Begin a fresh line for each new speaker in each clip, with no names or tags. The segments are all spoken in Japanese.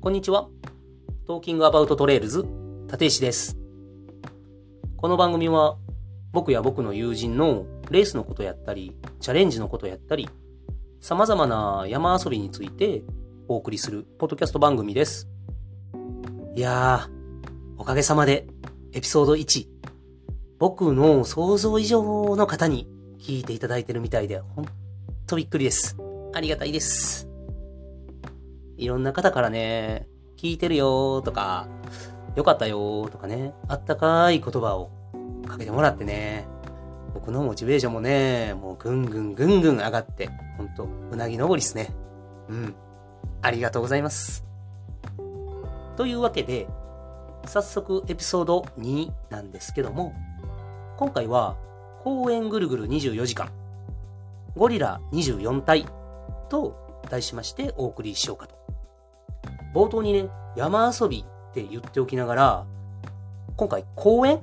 こんにちは。トーキングアバウトトレイルズ、立石です。この番組は、僕や僕の友人のレースのことやったり、チャレンジのことやったり、様々な山遊びについてお送りするポッドキャスト番組です。いやー、おかげさまで、エピソード1、僕の想像以上の方に聞いていただいてるみたいで、ほんとびっくりです。ありがたいです。いろんな方からね、聞いてるよーとか、よかったよーとかね、あったかい言葉をかけてもらってね、僕のモチベーションもね、もうぐんぐんぐんぐん上がって、ほんと、うなぎ登りっすね。うん。ありがとうございます。というわけで、早速エピソード2なんですけども、今回は、公園ぐるぐる24時間、ゴリラ24体と題しましてお送りしようかと。冒頭にね、山遊びって言っておきながら、今回公園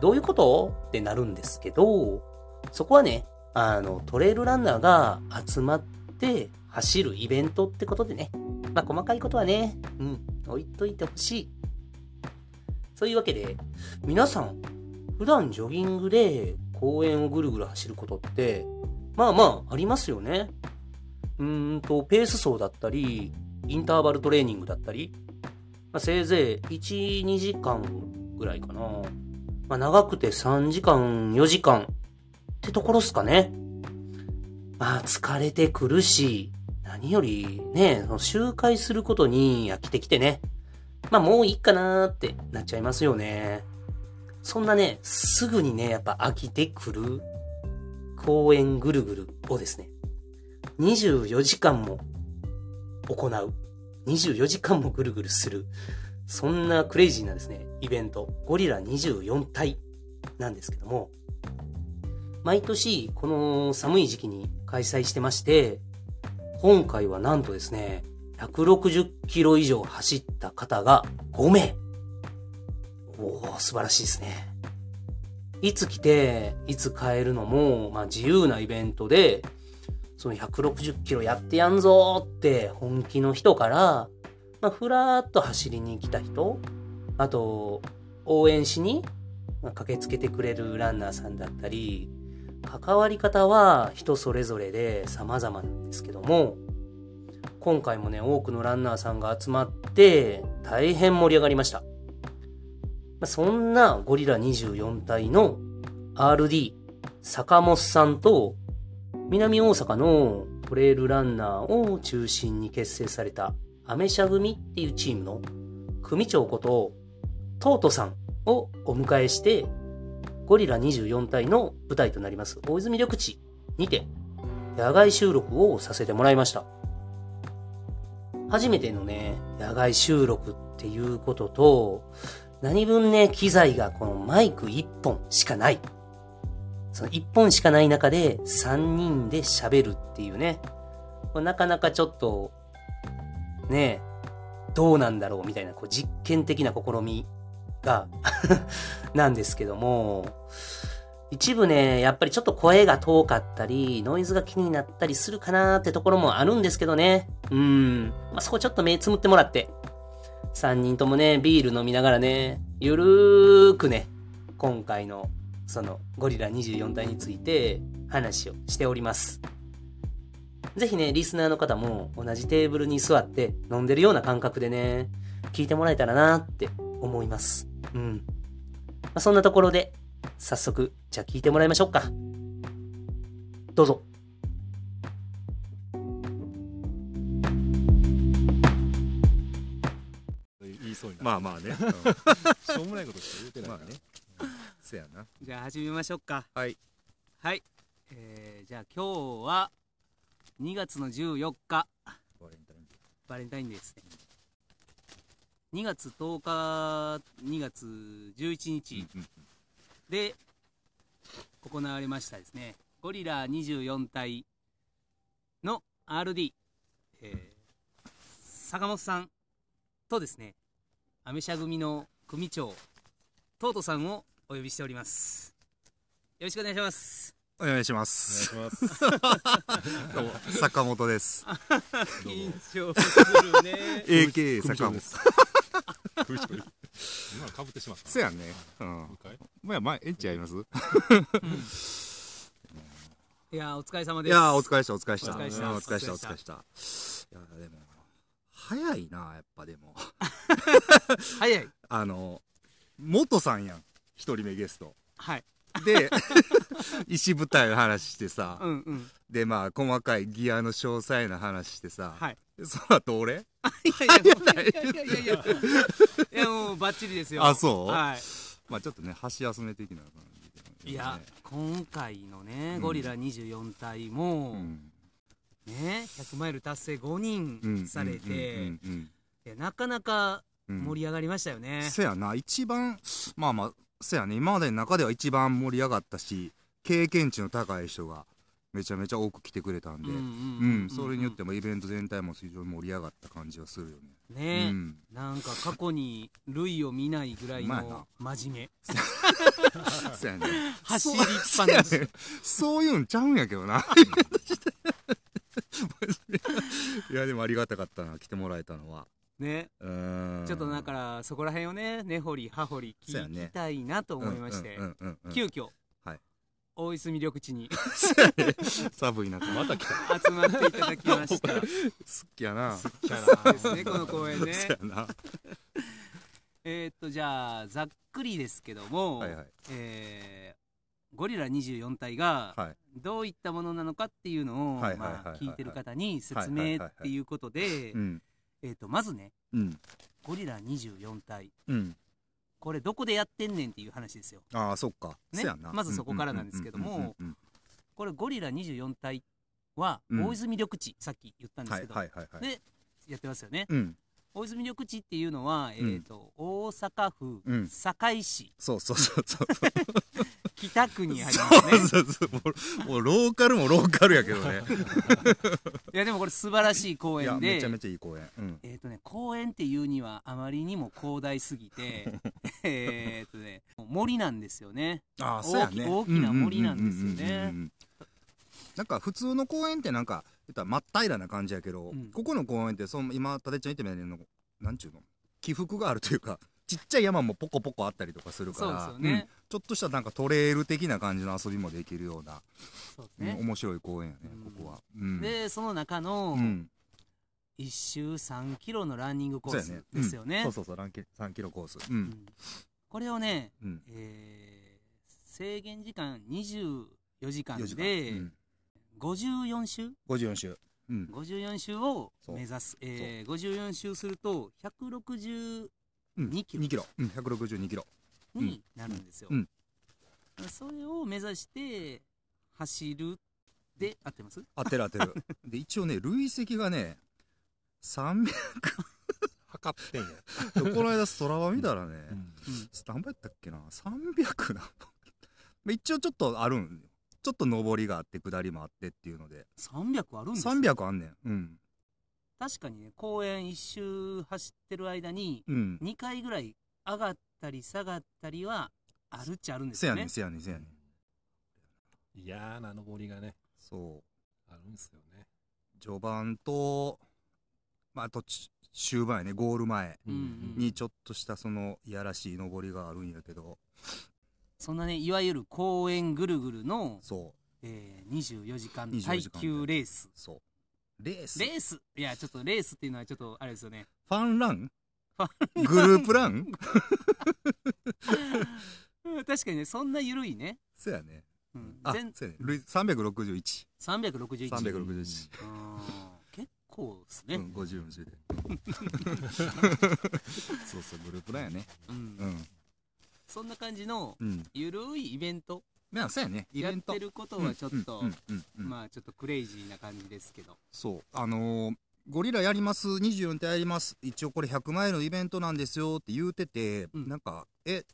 どういうことってなるんですけど、そこはね、あの、トレイルランナーが集まって走るイベントってことでね、まあ細かいことはね、うん、置いといてほしい。そういうわけで、皆さん、普段ジョギングで公園をぐるぐる走ることって、まあまあありますよね。うーんと、ペース走だったり、インターバルトレーニングだったり、まあ、せいぜい1、2時間ぐらいかな。まあ、長くて3時間、4時間ってところっすかね。まあ、疲れてくるし、何よりね、その周回することに飽きてきてね。まあ、もういいかなーってなっちゃいますよね。そんなね、すぐにね、やっぱ飽きてくる公園ぐるぐるをですね、24時間も行う。24時間もぐるぐるする。そんなクレイジーなですね、イベント、ゴリラ24体なんですけども、毎年この寒い時期に開催してまして、今回はなんとですね、160キロ以上走った方が5名。おー、素晴らしいですね。いつ来て、いつ帰るのも、まあ自由なイベントで、その160キロやってやんぞーって本気の人から、まあ、ふらーっと走りに来た人、あと、応援しに、まあ駆けつけてくれるランナーさんだったり、関わり方は人それぞれで様々なんですけども、今回もね、多くのランナーさんが集まって、大変盛り上がりました。まあそんなゴリラ24体の RD、坂本さんと、南大阪のトレイルランナーを中心に結成されたアメ車組っていうチームの組長ことトートさんをお迎えしてゴリラ24体の舞台となります大泉緑地にて野外収録をさせてもらいました初めてのね野外収録っていうことと何分ね機材がこのマイク1本しかないその1本しかない中で3人で喋るっていうねこれなかなかちょっとねえ、どうなんだろうみたいな、こう実験的な試みが、 なんですけども、一部ね、やっぱりちょっと声が遠かったり、ノイズが気になったりするかなーってところもあるんですけどね。うん。まあ、そこちょっと目つむってもらって、3人ともね、ビール飲みながらね、ゆるーくね、今回の、その、ゴリラ24体について話をしております。ぜひね、リスナーの方も同じテーブルに座って飲んでるような感覚でね、聞いてもらえたらなって思います。うん。まあ、そんなところで、早速、じゃあ聞いてもらいましょうか。どうぞ。
言いそうになる。
まあまあね。
しょうもないことしか言うてないから
まあね
ね。
せやな。
じゃあ始めましょうか
はい
はいえー、じゃあ今日は2月の14日
バレンタインデ
バレンタインデーですね2月10日2月11日
うんうん
で行われましたですねゴリラ24体の RD、えー坂本さんとですねアメ車組の組長トートさんをお呼びしておりますよろしくお願いします
お願いしま
お願い
す
します。
どうも坂本です
どうも
緊張するね
組
AK 坂
長
本
です。組長です 今のかぶってしまった。
そやねうん
向かい
まあまあエンチやります
いやーお疲れ様
い
です
やーお疲れでしたお疲れでした
お
お
疲
疲
れ
れ
で
で
し
したたお疲れでした
お
お疲
疲れ
れでしたいやーでも早いなやっぱでも
早い
あの元さんやん一人目ゲスト
はい
で 石舞台の話してさ、
うんうん
でまあ細かいギアの詳細の話してさ、
はい
その後俺
いやいやいやいやいやいやいやもうバッチリですよ
あそう
は
まあちょっとね箸休め的な感じで
いいや今回のね
うん
ゴリラ24体
う
も
ん
ね100マイル達成5
うんうん
人されて
うんうん
いやなかなか
うん
盛り上がりましたよね
せやな一番まあまあせやね今までの中では一番盛り上がったし経験値の高い人がめちゃめちゃ多く来てくれたんで、
うんうん
う
うんうん
ん、それによってもイベント全体も非常に盛り上がった感じはするよね。
ね
うん、
なんか過去に類を見ないぐらい
まあな
の真面目
そうやね。
走りっ
そ
ぱ
うや
な
ね
し
そういうんちゃうんやけど な。いやでもありがたかったな来てもらえたのは。
ね
うーん
ちょっとだからそこら辺をね根掘り葉掘り
そうや
聞
ね
きたいなと思いまして
うんうんうんうん
急遽
はい
大泉緑地に
寒い中また来た。
集まっていただきま した
好きやな。
キャラ
ですねこの公演 ね
そうやな。
えーっとじゃあざっくりですけども、
はいはい
えーゴリラ24体が
はい
どういったものなのかっていうのを
はいはいはいはい
まあ聞いてる方に説明っていうことで
うん
えーっとまずね
うん
ゴリラ24体
うん。
これどこでやってんねんっていう話ですよ
ああそっか。
ね
そうやな。
まずそこからなんですけど
うん
も
うんうんうん
これゴリラ24体は
うん
大泉緑地、さっき言ったんです
は
け
い
ど、
はいはいはい。
でやってますよね
うん
大泉緑地っていうのは、えー、と大阪府
うん
堺市
そうそうそうそう。
北区にありますね
そうそうそうもうもうローカルもローカルやけどね
いやでもこれ素晴らしい 公
いや
園
め
で
ちゃめちゃいい公園うん
えっ、とね公園っていうにはあまりにも広大すぎ てえっとね森なんですよね
あ
ーそうやね大きな森なんですよね
なんか普通の公園ってなんか言ったら真っ平らな感じやけど、
うん
ここの公園ってその今たてちゃん言ってみたいなのなんちゅうの起伏があるというかちっちゃい山もポコポコあったりとかするか
そうで
ら
すよね、
うんちょっとしたなんかトレール的な感じの遊びもできるような、
そうです
うん
ね、
面白い公園やね、
うん
ここは、うん、
でその中の
うん
1周3キロのランニングコ
そう
ー
や
ス
ね
ですよ
うん
ね
そうそうそうランキ3キロコースう
うんんこれをね、
うん
えー制限時間24時間
4時間
で
うん
54周
54周うん
54周を
そう
目指す、えー、54周すると162
2
キロ
2キロ、うん、162キロ
になるんですよ、
うん
それを目指して走るで合ってます
当てる当 てるで一応ね累積がね3メ
測ってんや。
ートルこの間ストラバ見たらね、
うん
何倍やったっけな300な一応ちょっとあるんよちょっと上りがあって下りもあってっていうので
300あるんですよ
300あんねんうん
確かにね公園一周走ってる間に
うん
2回ぐらい上がったり下がったりはあるっちゃあるんです
せや
よ
ね
ね
んせやねんせやねん
嫌な登りがね、
そう
あるんすよね。
序盤とまあ途中終盤やねゴール前
うん
にちょっとしたそのいやらしい上りがあるんやけど
そんなねいわゆる公園ぐるぐるの、
そう
えー、24時間
24
耐
時間
久レース
そうレース
レースいやちょっとレースっていうのはちょっとあれですよね
ファンラン
ファ
グループラン
うん確かにねそんな緩いね、
そうやね。
うん、
あ、
全
そうやね。類361。
361
361。
うん結構です
う
ね、
ん、50文字で。 そうそう、グループランやね。
うん
うん。
そんな感じの
うん。
ゆるいイベント
まあ、そうやね。イベント。
やってることはちょっと、
うんうんうんうん
まあちょっとクレイジーな感じですけど
そう。あのーゴリラやります、24体やります、一応これ100マイルのイベントなんですよって言うてて、
うん
なんか、え、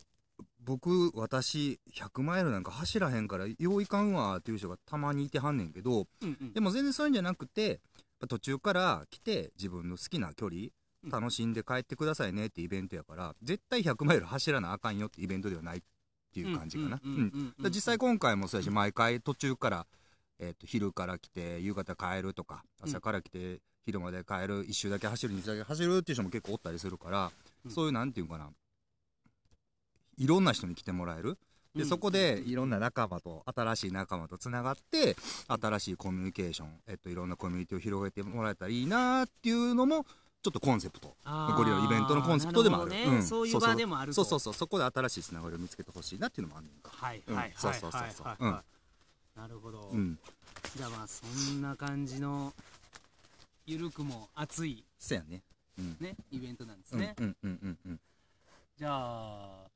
僕、私、100マイルなんか走らへんから、よういかんわーっていう人がたまにいてはんねんけど、
うんうん
でも全然そういうんじゃなくて途中から来て自分の好きな距離
うん
楽しんで帰ってくださいねってイベントやから、絶対100マイル走らなあかんよってイベントではないっていう感じかな。
うんう
うん
んうんうん
で実際今回もそうやし毎回途中から、えっと昼から来て夕方帰るとか
うん
朝から来て昼まで帰る1周だけ走る2周だけ走るっていう人も結構おったりするから、
うん
そういうなんていうんかないろんな人に来てもらえるで、
うん
そこでいろんな仲間と新しい仲間とつながって新しいコミュニケーション、えっといろんなコミュニティを広げてもらえたらいいなっていうのもちょっとコンセプト
あー
ゴリラのイベントのコンセプトでもある
なほど
う
ね
ん
そういう場でもある
そうそう
そ
そうそこで新しいつながりを見つけてほしいなっていうのもあるのか
うはいは
う
い
ん
はい
そうそうそうそう
はいはいなるほど、
うん
じゃあまあそんな感じのゆるくも熱い
そやねうん
ねイベントなんですね、
うんうんうんうんうん
じゃあ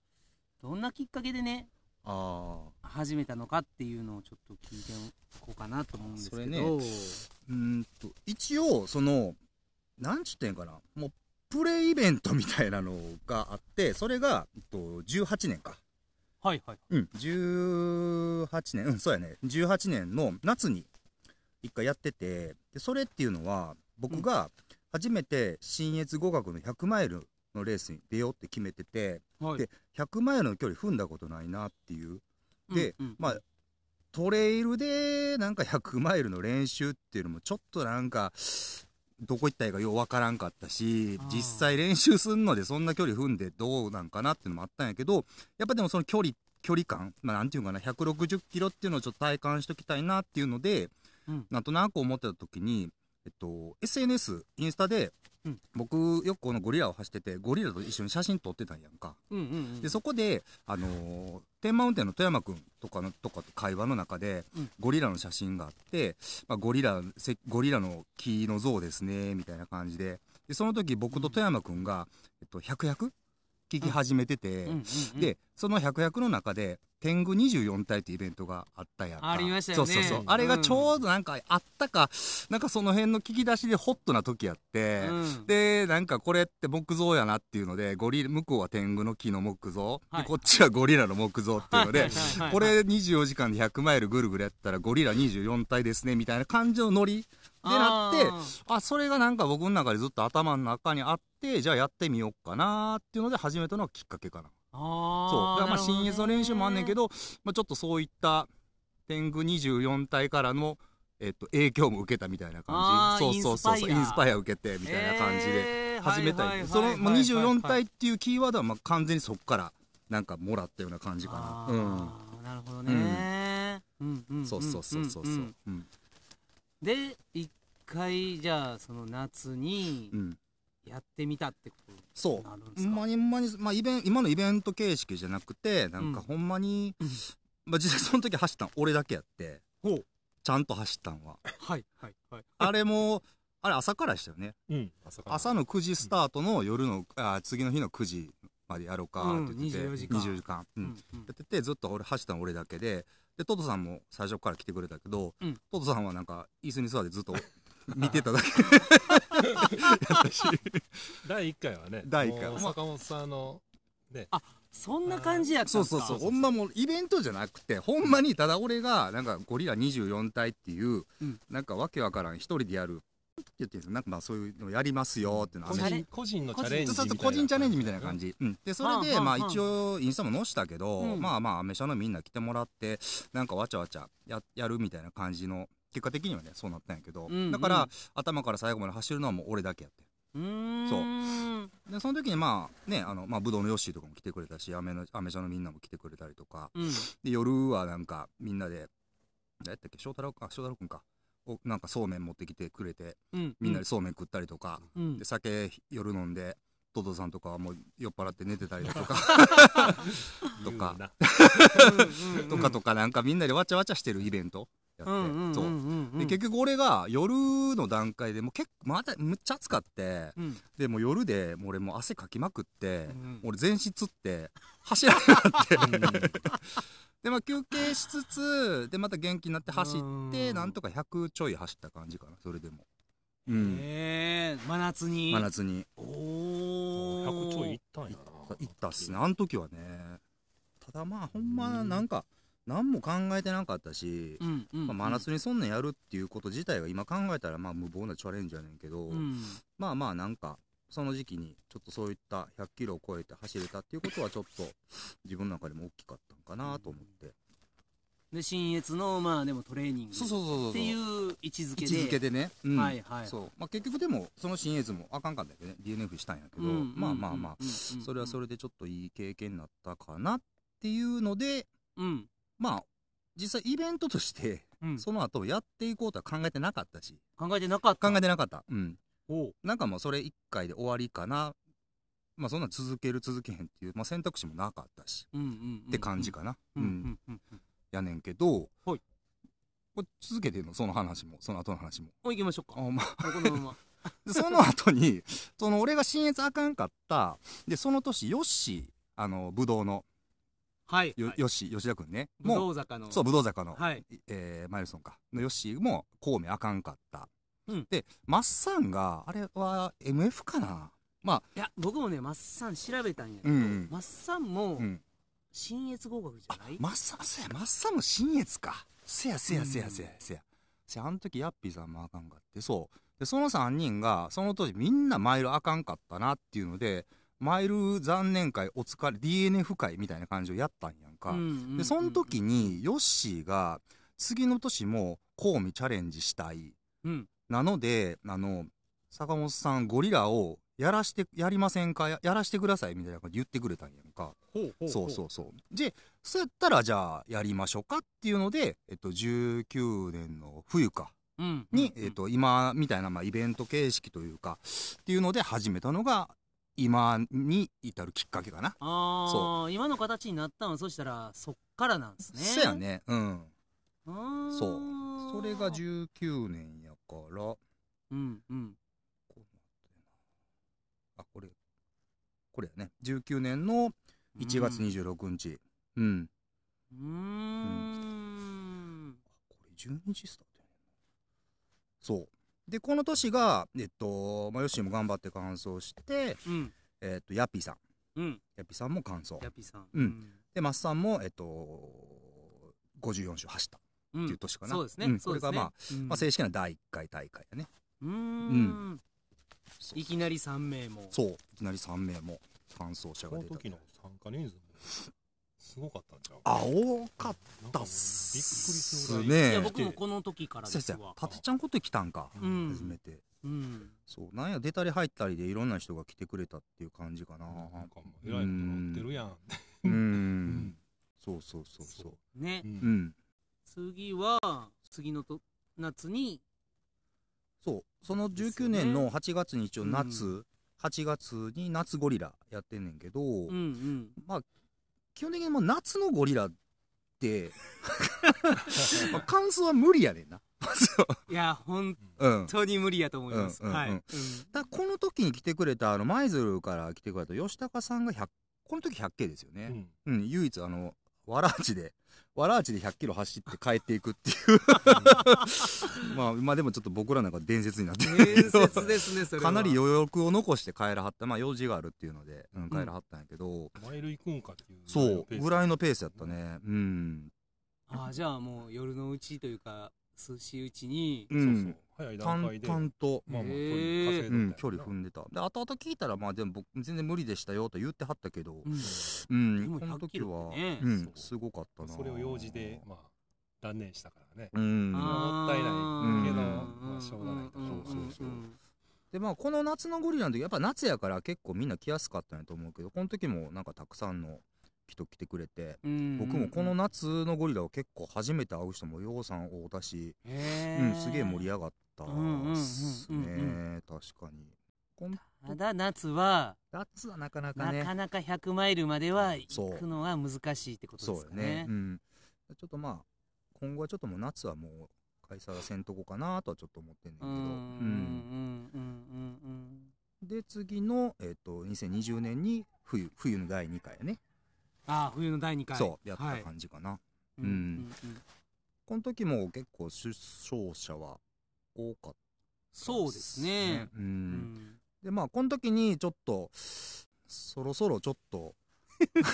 どんなきっかけでね
ああ
始めたのかっていうのをちょっと聞いておこうかなと思うんですけど
それねうーんと一応そのなんちゅってんかなもうプレイイベントみたいなのがあってそれが、えっと、18年か
はいはい
うん18年うんそうやね18年の夏に一回やっててでそれっていうのは僕が初めて信越語学の100マイルのレースに出ようって決めてて
はい
で100マイルの距離踏んだことないなっていうで、
うんうん
まあトレイルでなんか100マイルの練習っていうのもちょっとなんかどこ行ったらいいかようわからんかったし
あー
実際練習すんのでそんな距離踏んでどうなんかなっていうのもあったんやけどやっぱでもその距離距離感、まあ、なんていうのかな160キロっていうのをちょっと体感しときたいなっていうので、
うん
なんとなく思ってた時に、えっと、SNS インスタで、
うん
僕よくこのゴリラを走っててゴリラと一緒に写真撮ってたんやんか。
うんうんうん
でそこで、あのー天満運転の富山君とかのとかと会話の中で、
うん
ゴリラの写真があって、まあ、ゴリラせゴリラの木の像ですねみたいな感じででその時僕と富山君が「えっと、百百聞き始めてて、
うんうんうん
でその百百の中で天狗24体ってイベントがあったやんか
ありましたよね
そうそうそう
うん
あれがちょうどなんかあったか、なんかその辺の聞き出しでホットな時やって、
うん
でなんかこれって木造やなっていうのでゴリ向こうは天狗の木の木造、
はい
でこっちはゴリラの木造っていうので、
はいはいはいはい
これ24時間で100マイルぐるぐるやったらゴリラ24体ですねみたいな感じのノリでなって
あー
あそれがなんか僕の中でずっと頭の中にあってじゃあやってみようかなっていうので始めたのがきっかけかなそう
あ
だからまあ
ーなるほど
新
ね
越の練習もあんねんけど、まあ、ちょっとそういった天狗24体からのえっと、影響も受けたみたいな
あ
感
ー
じそうそうそうそう
インスパイア
インスパイア受けてみたいな感じで、
えー
始めた
はいいはいはいはい
そのまあ24
はい
体っていうキーワードはまあ完全にそこからなんかもらったような感じかなうん
あーなるほどね、うんうんんんん
そうそうそうそうそううん
で一回じゃあその夏に
うん
やってみたってこと
そう
なるん
ほ
ですか
んまにほんまに、まあ、イベン今のイベント形式じゃなくてなんか
うん
ほんまに、
うん
まあ、実際その時走ったん俺だけやってちゃんと走ったんは
はいはいはい
あれもあれ朝からでしたよね
うん。朝から
朝の9時スタートの夜の、あ次の日の9時までやろうかって言ってて、
うん24時間
24時間、う
うんんうん
やっててずっと俺走ったの俺だけででトトさんも最初から来てくれたけど、
うん
トトさんはなんか椅子に座って ずっと見てただけ
第一回はね。
第一
も
回
う
まあ
坂本さんの。
そんな感じやった ん
そうそ
ですか
うそうほんまもうイベントじゃなくてほんまにただ俺がなんかゴリラ24体っていう、
うん
なんかわけわからん一人でやるって言ってるんですよなんかまあそういうのやりますよっていうの
個
あの
チャレ
人個人のチ
個
ャレン
人
ジ
そう
みたい
そ
な。
う個人チャレンジみたいな感じ、うん、でそれで、
はあは
ま
あ
あ、一応インスタも載したけど、
うん
まあまあアメ車のみんな来てもらってなんかわちゃわちゃややるみたいな感じの結果的にはねそうなったんやけど、
うんうん
だから頭から最後まで走るのはもう俺だけやって
うーん
そうでその時にまあねあの、まあ、ブドウのヨッシーとかも来てくれたしアメのアメ車のみんなも来てくれたりとか
うん
で夜はなんかみんなで誰やったっけ翔太郎か翔太郎くんかおなんかそうめん持ってきてくれて
うん
みんなでそうめん食ったりとか、
うん
で酒夜飲んでトドさんとかはもう酔っ払って寝てたりだ とかとか
か。
うん
とかとかなんかみんなでわちゃわちゃしてるイベントやって、
うんうんうんうん
そううん
うん
で結局俺が夜の段階でもう結構まだむっちゃ暑かって
うん
でもう夜でもう俺もう汗かきまくって、
うん
俺全身つって走らなくなって、でまあ休憩しつつでまた元気になって走って
うん
なんとか100ちょい走った感じかなそれでもうん
へえ真夏に
真夏に
お
百
お
ちょい行ったんやな。
行ったっすねあの時はねただまあほんまなんか何も考えてなかったし、
うんうん
まあ、真夏にそんなんやるっていうこと自体が今考えたらまあ無謀なチャレンジやねんけど、
うん
まあまあなんかその時期にちょっとそういった100キロを超えて走れたっていうことはちょっと自分の中でも大きかったんかなと思って
で新越のまあでもトレーニング
そうそうそうそう
っていう位置づけ
位
で
置づけでね、うん
はいはい
そう、まあ、結局でもその新越もあかんかったけどね DNF したんやけど、まあまあまあ、それはそ
れ
れでちょっといい経験になったかなっていうので
うん
まあ実際イベントとして
うん
その後やっていこうとは考えてなかったし
考えてなかった
考えてなかったうん
お
なんかもうそれ1回で終わりかなまあそんな続ける続けへんっていう、まあ、選択肢もなかったしって感じかな
うんうんうん
やねんけど、
はい
これ続けてんのその話もその後の話も
お行きましょうか
あ、まあ、
このまま
で その後にその俺が信越あかんかったでその年ヨッシーあのブドウの
はい
よ、
はい
ヨッシー吉田君ね
ぶど
も
う坂の
うそうブドウ坂の、
はい
えーマイルソンかのヨッシーも神戸あかんかった、
うん
でマッサンがあれは MF かない
や僕もねマッサン調べたんやけ
う
ど
んうん
マッサンも
うん
新越合格じゃない
マッサンせやマッサンも信越かせやせやせやせやせや、せやあの時ヤッピーさんもあかんかってそうでその3人がその当時みんなマイルあかんかったなっていうのでマイル残念会お疲れ DNF 会みたいな感じをやったんやんか、でその時にヨッシーが次の年もコ美チャレンジしたい
うん
なのであの坂本さんゴリラをやらしてやりませんかややらしてくださいみたいなこと言ってくれたんやんかそうそうそうでそうやったらじゃあやりましょうかっていうので、えっと、19年の冬か
うん
に、えっと、今みたいな、まあ、イベント形式というかっていうので始めたのが今に至るきっかけかな。
あ
そ
あ今の形になったのはそしたらそっからなんですね
そやねうん
そ
そうそれが19年やからこ
うんう
う
ん
なってなあこれこれやね19年の1月26日うん、
うーん
これ12時スタートやねんなそうでこの年がえっと、まあ、ヨッシーも頑張って完走して
うん
えっとヤッピーさん
うん
ヤッピーさんも完走
ヤッピーさん
うんでマッさんもえっと54周走ったっ
うん
ていう年かな、
そうですね
ん
そうです
これ
ね
がまあ、
うん
まあ、正式な第1回大会やね
うー
うんそう
いきなり3名も
そういきなり3名も完走者
こ
が
の
出た
時の参加人数もすごかったんちゃう
あ多かっ
なんか
た
もうびっくり
っ
す
す
るぐらい
い
ね
や僕もこの時からで
先
す
生
わ
パテちゃんこと来たんか、
うん
初めて
うん
そうなんや出たり入ったりでいろんな人が来てくれたっていう感じかな
なんかもうえらいことなってるやん
うん、
うん
そうそうそうそう
ね
うん
うん
次は次のと夏に
そうその
です
19
よね
年の8月に一応夏、
う
8月に夏ゴリラやってんねんけど、
うんうん
まあ基本的にもう夏のゴリラって まあ感想は無理やねんなそう
いや本
うん
当に無理やと思います
うんうんうん
はいうん
だこの時に来てくれたあの舞鶴から来てくれた吉高さんが100この時 100K ですよ
う
ね、
ん
うん、唯一あの、わらあちで、 わらあちで100キロ走って帰っていくっていう。まあ、今でもちょっと僕らなんか伝説になって るけ
伝
ど
説ですねそれは
かなり余力を残して帰らはった。まあ、用事があるっていうので、うん、帰らはったんやけど、
マイル行くんかっていう
そう、ぐらい
の
のペースやったね。うん。
あーじゃあもう夜のうちというか寿司うちに
ペ
う。
ースそうそうん早い段
淡
階でまあ
々と。
まあ距離
へー
稼いどったんや
うん
な、
距離踏んでた。で、後々聞いたら、まあ、でも僕、全然無理でしたよと言ってはったけど、うん、
でも
この時は、
100キロって
う
ね
ん
そ、う
すごかったな。
それを用事でまあ断念したからね
うん。
あー
もったいない
けど
まあしょうがないと
ん
そうそうそうんでまあこの夏のゴリラの時やっぱ夏やから結構みんな来やすかったんやと思うけどこの時もなんかたくさんの人来てくれて、
うん
僕もこの夏のゴリラを結構初めて会う人もようさん会うたし、
へ
う
ー
ん、すげえ盛り上がったっす
うんうんうんうん
ね確かにこん
ただ夏は
夏はなかなか
な
ね
かなか100マイルまでは
そう
行くのは難しいってこと
そ
で
う
す
よ
か
ね
ね、
うん、ちょっとまあ今後はちょっともう夏はもう開催はせんとこかなとはちょっと思ってんねんけ
う
ど
んうんうんうん
うん、で次の、えっと2020年に冬冬の第2回やね
ああ冬の第2回
そうやっ
は
た
い
感じかな、
うんうんうん
この時も結構出走者は多かったっす
そうですね
うん
うん
でまあこの時にちょっとそろそろちょっ と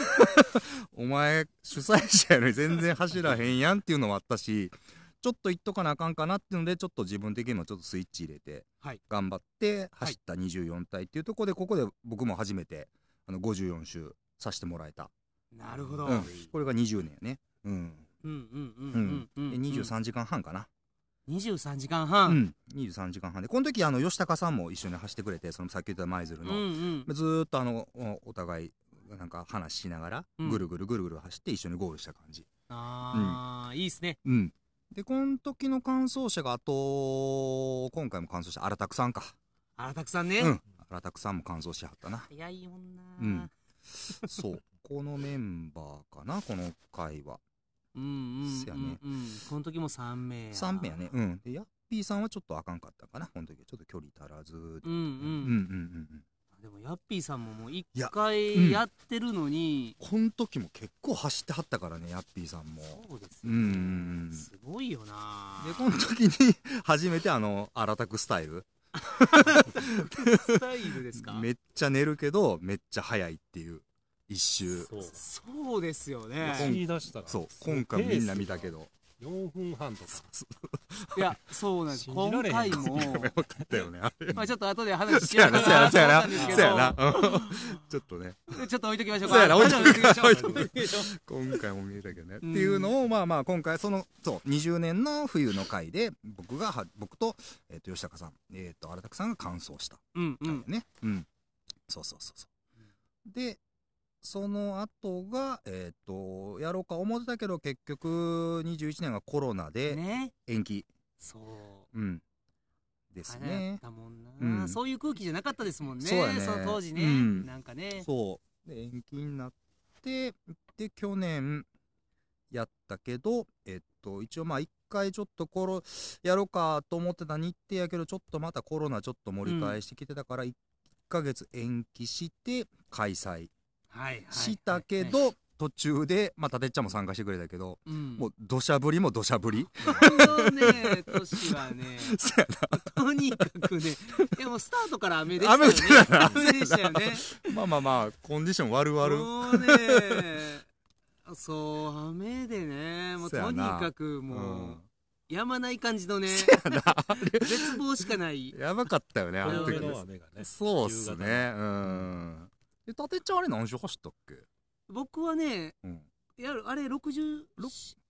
お前主催者やのに全然走らへんやんっていうのもあったしちょっと行っとかなあかんかなっていうのでちょっと自分的にもちょっとスイッチ入れて、
はい
頑張って走った24体っていうところでここで僕も初めてあの54周させてもらえた、
なるほど。
うんこれが20年やねうん、
うんうんうんうんうん。
で23時間半かな、
23時間
うん
半。
23時間半でこの時あの吉高さんも一緒に走ってくれてそのさっき言った舞鶴
うん
の、
うん。
ずーっとあのおお互いなんか話しながら
うん
ぐるぐるぐるぐる走って一緒にゴールした感じ、
ああ、いいですね。
うん、でこの時の完走者があと今回も完走した荒拓さんか
あらたくさん
う
ね。
ん荒拓さんも完走しはったな
早い女。
うん そうこのメンバーかなこの回は
うんうんうん
せやね
うんこの時も3名や
3名やねうんでヤッピーさんはちょっとあかんかったかなこの時はちょっと距離足らずで
うんう
うんうん
ん
うんうん
でもヤッピーさんももう
い
一
やうん
回やってるのに
この時も結構走ってはったからねヤッピーさんも
そうです
うんうんう
ね
ん
すごいよな
でこの時に 初めてあの荒拓スタイル
スタイルですか
めっちゃ寝るけどめっちゃ早いっていう一周
そう。
そうですよ
走
ね
り出したら。
そう今回みんな見たけど
ペースが。4分半とか。
いやそうなんです
信じら
今
れへん
回も
分かったよねあれ
まあちょっと後で話し
そ
て
や
み
な
た
そや
ら
なそやな
んですけ
そやな
ど
うんちょっとね
ちょっと置いときましょうか
そうやな置いとくか
置いときましょう
今回も見えたけどね。って
うん
いうのをまあまあ今回そのそう20年の冬の回で僕がは僕と,、えー、と吉高さん、えー、と荒拓さんが完走した
うんう
回
ん
ね。うんそうそうそうそう。でその後がえっ、とやろうか思ってたけど結局21年がコロナで
ね
延期、
そう
うん、です
流行っ
ね。
たもんな、
うん
そういう空気じゃなかったですもんね
そうやね
の当時ね、
うん
なんかね
そうで延期になってで去年やったけどえっと一応まあ一回ちょっとコロやろうかと思ってた日程やけどちょっとまたコロナちょっと盛り返してきてたから1ヶ月延期して開催
はいはい
したけど、、途中でまあたてっちゃんも参加してくれたけど、
うん、
もう土砂降りも土砂降 り
このね年はね
そや
とにかくねいやもうスタートから雨でしたよね
雨降ってたな
雨でしたよね
なまあまあまあコンディション悪悪
もうね そう雨でねもう
そや
とに
な
かく
う
もう、
ん
やまない感じのね絶望しかない
やばかったよねあ
これ
の
ぐらい
時
の雨がね。
そうっす
夕方
ね。うん。で、伊達ちゃんあれ何周走ったっけ
僕はね
うん。
やるあれ60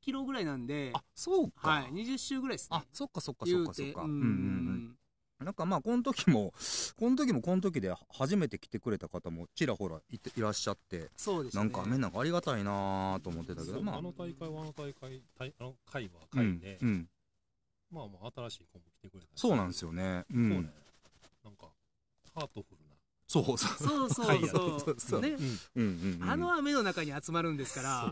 キロぐらいなんで
あ、そうか。
はい、20周ぐらいですね
あ、そっかそっかそ
言
っ
う
かそってか。
う
うん
ん
う
うんん
うん。なんかまあ、この時も、 この時もこの時で初めて来てくれた方もちらほらいていらっしゃって、
そうです
な
ね
んか雨なんかありがたいなーと思ってたけ
そ
ど、
う
まあ
あ、の大会はあの大会、大あの会は
う
会
ん
で、、
うん。
まあまあ新しい子も来てくれた。
そうなんですよね。う
そうね
ん。。
なんか、ハートフルな。
そうそうそう。
そう そ
会
う
や
そう
そ
そうう
ね
うんうんうん。
あの雨の中に集まるんですか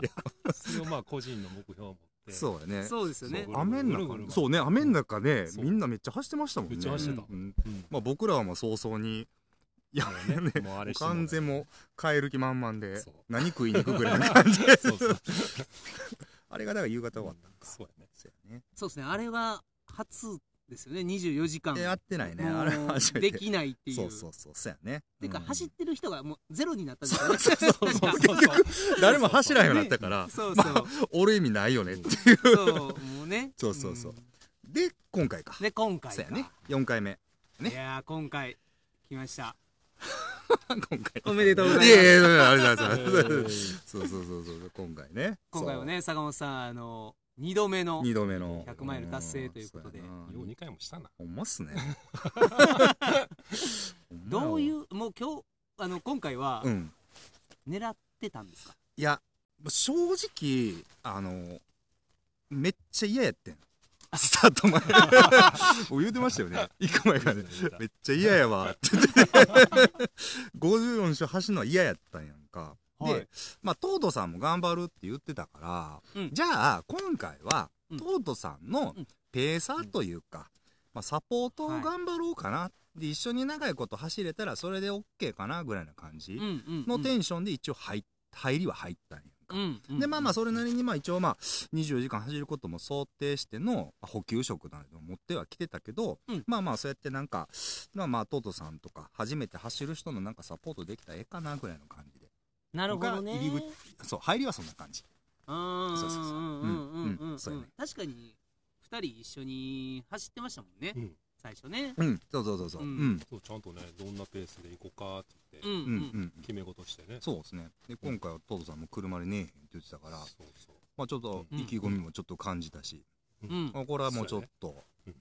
それをまあ個人の目標を持って。
そうや
ら
ね。
そうですよね
そう
雨
ぐるぐ
の
るぐる
中、そうね、雨の中ね、
そう
みんなめっちゃ走ってましたもんね。
めっちゃ走ってた
うん
うん。
まあ僕らはもう早々に、いや
もう
ね
ね、もうあれしてもらえ
完全もう帰る気満々で
そう
何食いに行くぐ らいの感じ
そうそう。
あれがだから夕方終わったんか、
そうやね。
そうやね
そうですねあれは初ですよね24時間
でやってないね
もう
あれ初めて
できないっていう
そうそうそうそうやね
てか
ん
走ってる人がもうゼロになったんですよね
そう そうそうそう。
誰も走らへんようになったから
そうそう
おる意味ないよねっていう
そうもうね
そうそうそうんで今回か
で今回
そうや
か
ね4回目ね
いやー今回来ました
今回
おめでとうございます
いやいやいやあれだあれだ
えー
そうそうそうそう今回ね
今回はね坂本さんあの2度目の
2度目の
100マイル達成ということで
んそ
よう
やな
2回もしたな。
ほんまっすねほんまやわ
どういうもう今日あの今回は
うん
狙ってたんですか、
いや正直あのめっちゃ嫌やってんスター ト前もう言うてましたよね行く前からねめっちゃ嫌や わって言って54周走るのは嫌やったんやんか、
は
で
い、
まあ、東堂さんも頑張るって言ってたから、
うん
じゃあ今回は
うん
東堂さんの
うん
ペーサーというか、まあ、サポートを頑張ろうかな、で一緒に長いこと走れたらそれで OK かなぐらいな感じ
うんうん
のテンションで一応入っ入りは入ったんやんか、
うんうん
でまあまあそれなりにまあ一応まあ24時間走ることも想定してのまあ補給食なんてのを持ってはきてたけど、
うん
まあまあそうやってなんかまあまあトトさんとか初めて走る人のなんかサポートできたらええかなぐらいの感じで
なるほどね
が入り口そう入りはそんな感じ
うんうん
そうそうそう
うんうんうん
うん
う
うんんそうやね
確かに2人一緒に走ってましたもんね、
うん
最初ね
うん、そうそうそうそう。
う
うんん、
そうちゃんとねどんなペースで行こうかって言って
うんう
うん、うんん。
決め事してね
そうですね。で、今回はトドさんも車でねえへんって言ってたから、
そうそう
まあちょっと
うん
意気込みもちょっと感じたし、
うん
まあこれはもうちょっと
うやね、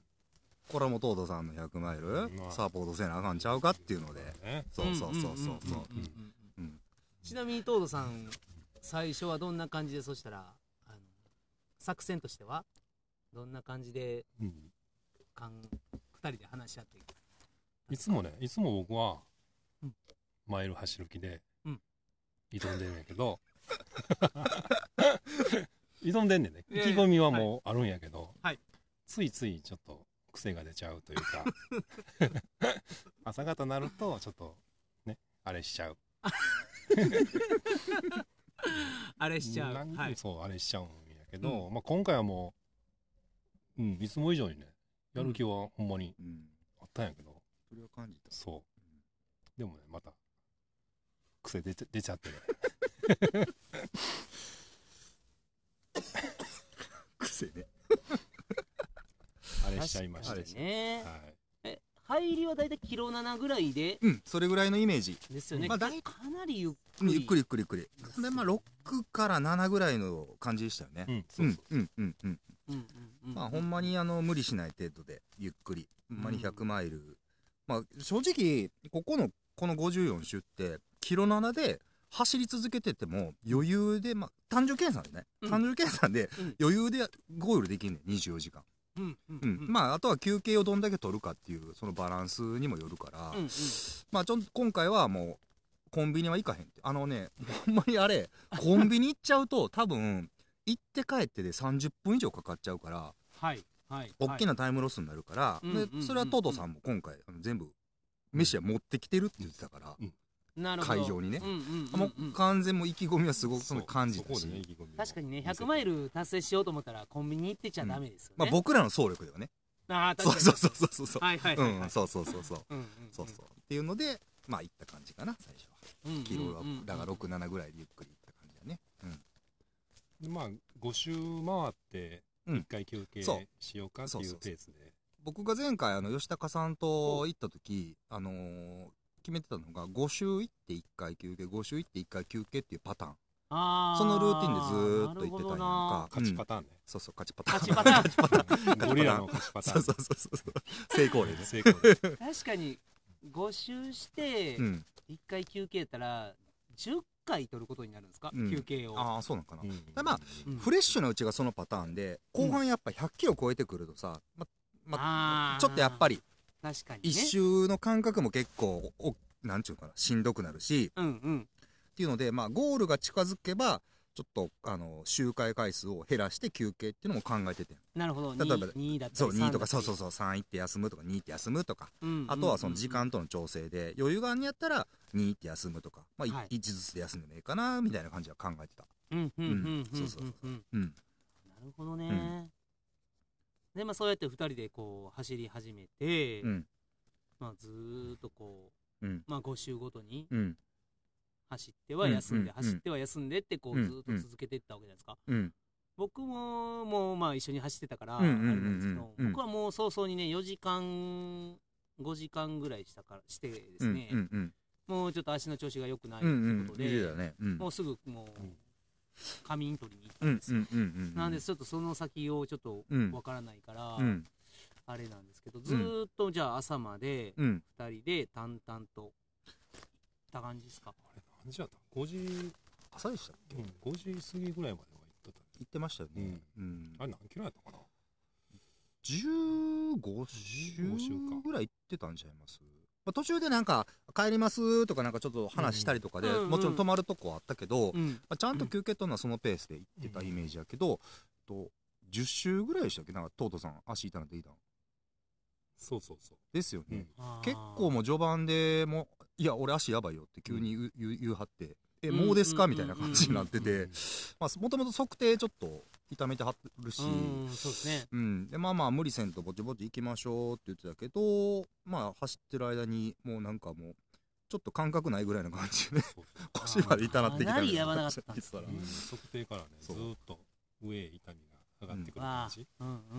これはもうトドさんの100マイル
ん
サポートせなあかんちゃうかっていうので、
ね
そうそうそうそうそう。
んんんうん
うん
ちなみに東堂さん最初はどんな感じでそしたらあの作戦としてはどんな感じで
うん
かん2人で話し合っていく
いつもねいつも僕は
うん
マイル走る気で
うん
挑んでるんやけ ど 挑んでんねんね
い
意
や
気
いや
込みはもうあるんやけど
はい
ついついちょっと癖が出ちゃうというか 朝方なるとちょっとねあれしちゃう
あれしちゃう、
なん
はい、
そうあれしちゃうんやけど、まあ、今回はもう、うん、いつも以上にねやる気はほんまに
うん。
あったんやけど、
それは感じた。
そうでもねまた癖出ちゃ出ちゃってね
癖ね。
あれしちゃいました
確
ね
かにね
はい、
え入りはだいたいキロ7ぐらいで
うん、それぐらいのイメージ。
ですよね、
まあ
か
大
かなりゆっく
うん
り
ゆっくりゆっくりゆっくり。で、まあ6から7ぐらいの感じでしたよね
う。ん、そううんそ、
うん、うん、うん。
うんうんうん
まあ、ほんまにあの無理しない程度でゆっくりほんまに100マイル、まあ正直ここのこの54周ってキロ7で走り続けてても余裕で、まあ、単純計算でね、
うん
単純計算で
うん
余裕でゴールできんねん24時間、
うんうん
うんまああとは休憩をどんだけ取るかっていうそのバランスにもよるから、
うんうん
まあちょん今回はもうコンビニは行かへんってあのねほんまにあれコンビニ行っちゃうと多分行って帰ってで30分以上かかっちゃうから
はいはい
大き
な
なタイムロスになるから、
うん
で
うん
それはトトさんも今回あの全部飯は持ってきてるって言ってたから、
なるほど
会場にね
うんうんうんうん
もう完全もう意気込みはすご
う
くその感じ
そ
た
こ
し、
でね意気込みを
確かにね100マイル達成しようと思ったらコンビニ行ってちゃダメですよね、
まあ、僕らの総力ではね
ああ確
そう
かに
そうそうそうそう、
はいはいはいはい、
うんそうそうそうそう
うんうん
そうそうっていうのでまあ行った感じかな最初は
うん
キロだから
うん
67ぐらいでゆっくり行った感じだね
でまあ5周回って
うん
1回休憩
そう
しようかっていうペースで、
僕が前回あの吉高さんと行った時あのー決めてたのが5周行って1回休憩5周行って1回休憩っていうパターン
あ
そのルーティンでずーっと行
行
ってたんやんか
勝ちパターンね、
そうそう勝ちパターン
勝ちパターン
ゴリラの勝ちパター
そう
ン
そうそうそう成功例です
成功です
確かに5周して
うん
1回休憩やったら10回取ることになるんですか、
うん
休憩を
ああそうなんかな、
うん
だまあ
うん
フレッシュなうちがそのパターンで後半やっぱ100キロ超えてくるとさ、ま
あー
ちょっとやっぱり
確かにね
一周の感覚も結構おなんちゅうのかなしんどくなるし
うんうん
っていうのでまあゴールが近づけばちょっとあの周回回数を減らして休憩っていうのも考えててん
なるほど
例えば
2, 2だったり
そう2とかそうそう
そ
そう3行って休むとか2行って休むとか
うんうんうん、
あとはその時間との調整で余裕があるんやったら2行って休むとか、まあい
はい
一ずつで休んでもいいかなみたいな感じは考えてた
うんうんうんうん
うんそうそう
うんうん
うん
なるほどね、
うん
でまあそうやって2人でこう走り始めて、
うん
まあずーっとこう、
うん
まあ5周ごとに
うん
走っては休
う
んで、
んうん
走っては休んでってこう、
うん
ずーっと続けていったわけじゃないですか、
うん
僕ももうまあ一緒に走ってたからあ
うん
れ
うんうんうん
なんですけど、
うん
僕はもう早々にね4時間5時間ぐらいしたからしてですね、
うんうん
もうちょっと足の調子が良くないと
うん
いう
うん
こと
う
で、
んだよねうん
もうすぐもう
うん
仮眠取りに行った
うんん
です
う
よ、
んうんうん
なんでちょっとその先をちょっと
うん
わからないから、
うん
あれなんですけどずーっとじゃあ朝まで
うん
2人で淡々と行った感じですか
あれ何時だった5時
朝でしたっけ
うん、5時過ぎぐらいまでは行って
言ってましたよねうん
た。あれ何キロやったかな
15
15週間
週ぐらい行ってたんちゃいますまあ途中でなんか帰りますとかなんかちょっと話したりとかで
うんうん
もちろん泊まるとこはあったけどま
うん
あちゃんと休憩とるのはそのペースで行ってたイメージやけどと10週ぐらいでしたっけなんかトートさん足痛なっていたの
そうそうそう。
ですよ
う
ね
ん
結構もう序盤でもういや俺足やばいよって急に言う,、言う言うはってえもうですか、
うん
みたいな感じになって
うん
てまあもともと測定ちょっと痛めてはるし、
う
うん
んそうですね
でまあまあ無理せんとぼちぼち行きましょうって言ってたけどまあ走ってる間にもうなんかもうちょっと感覚ないぐらいの感じで
そう
腰まで痛なってきた
かな
み
り
たい
やば
な
なか
感
っ
じ
た
で
ん
言っ
で
て
す
う
たら
ね
ん測定からね、ず
そう
ーっと上へ痛みが上がってくる
わ
感
あ
じ。
うんうんうんうんう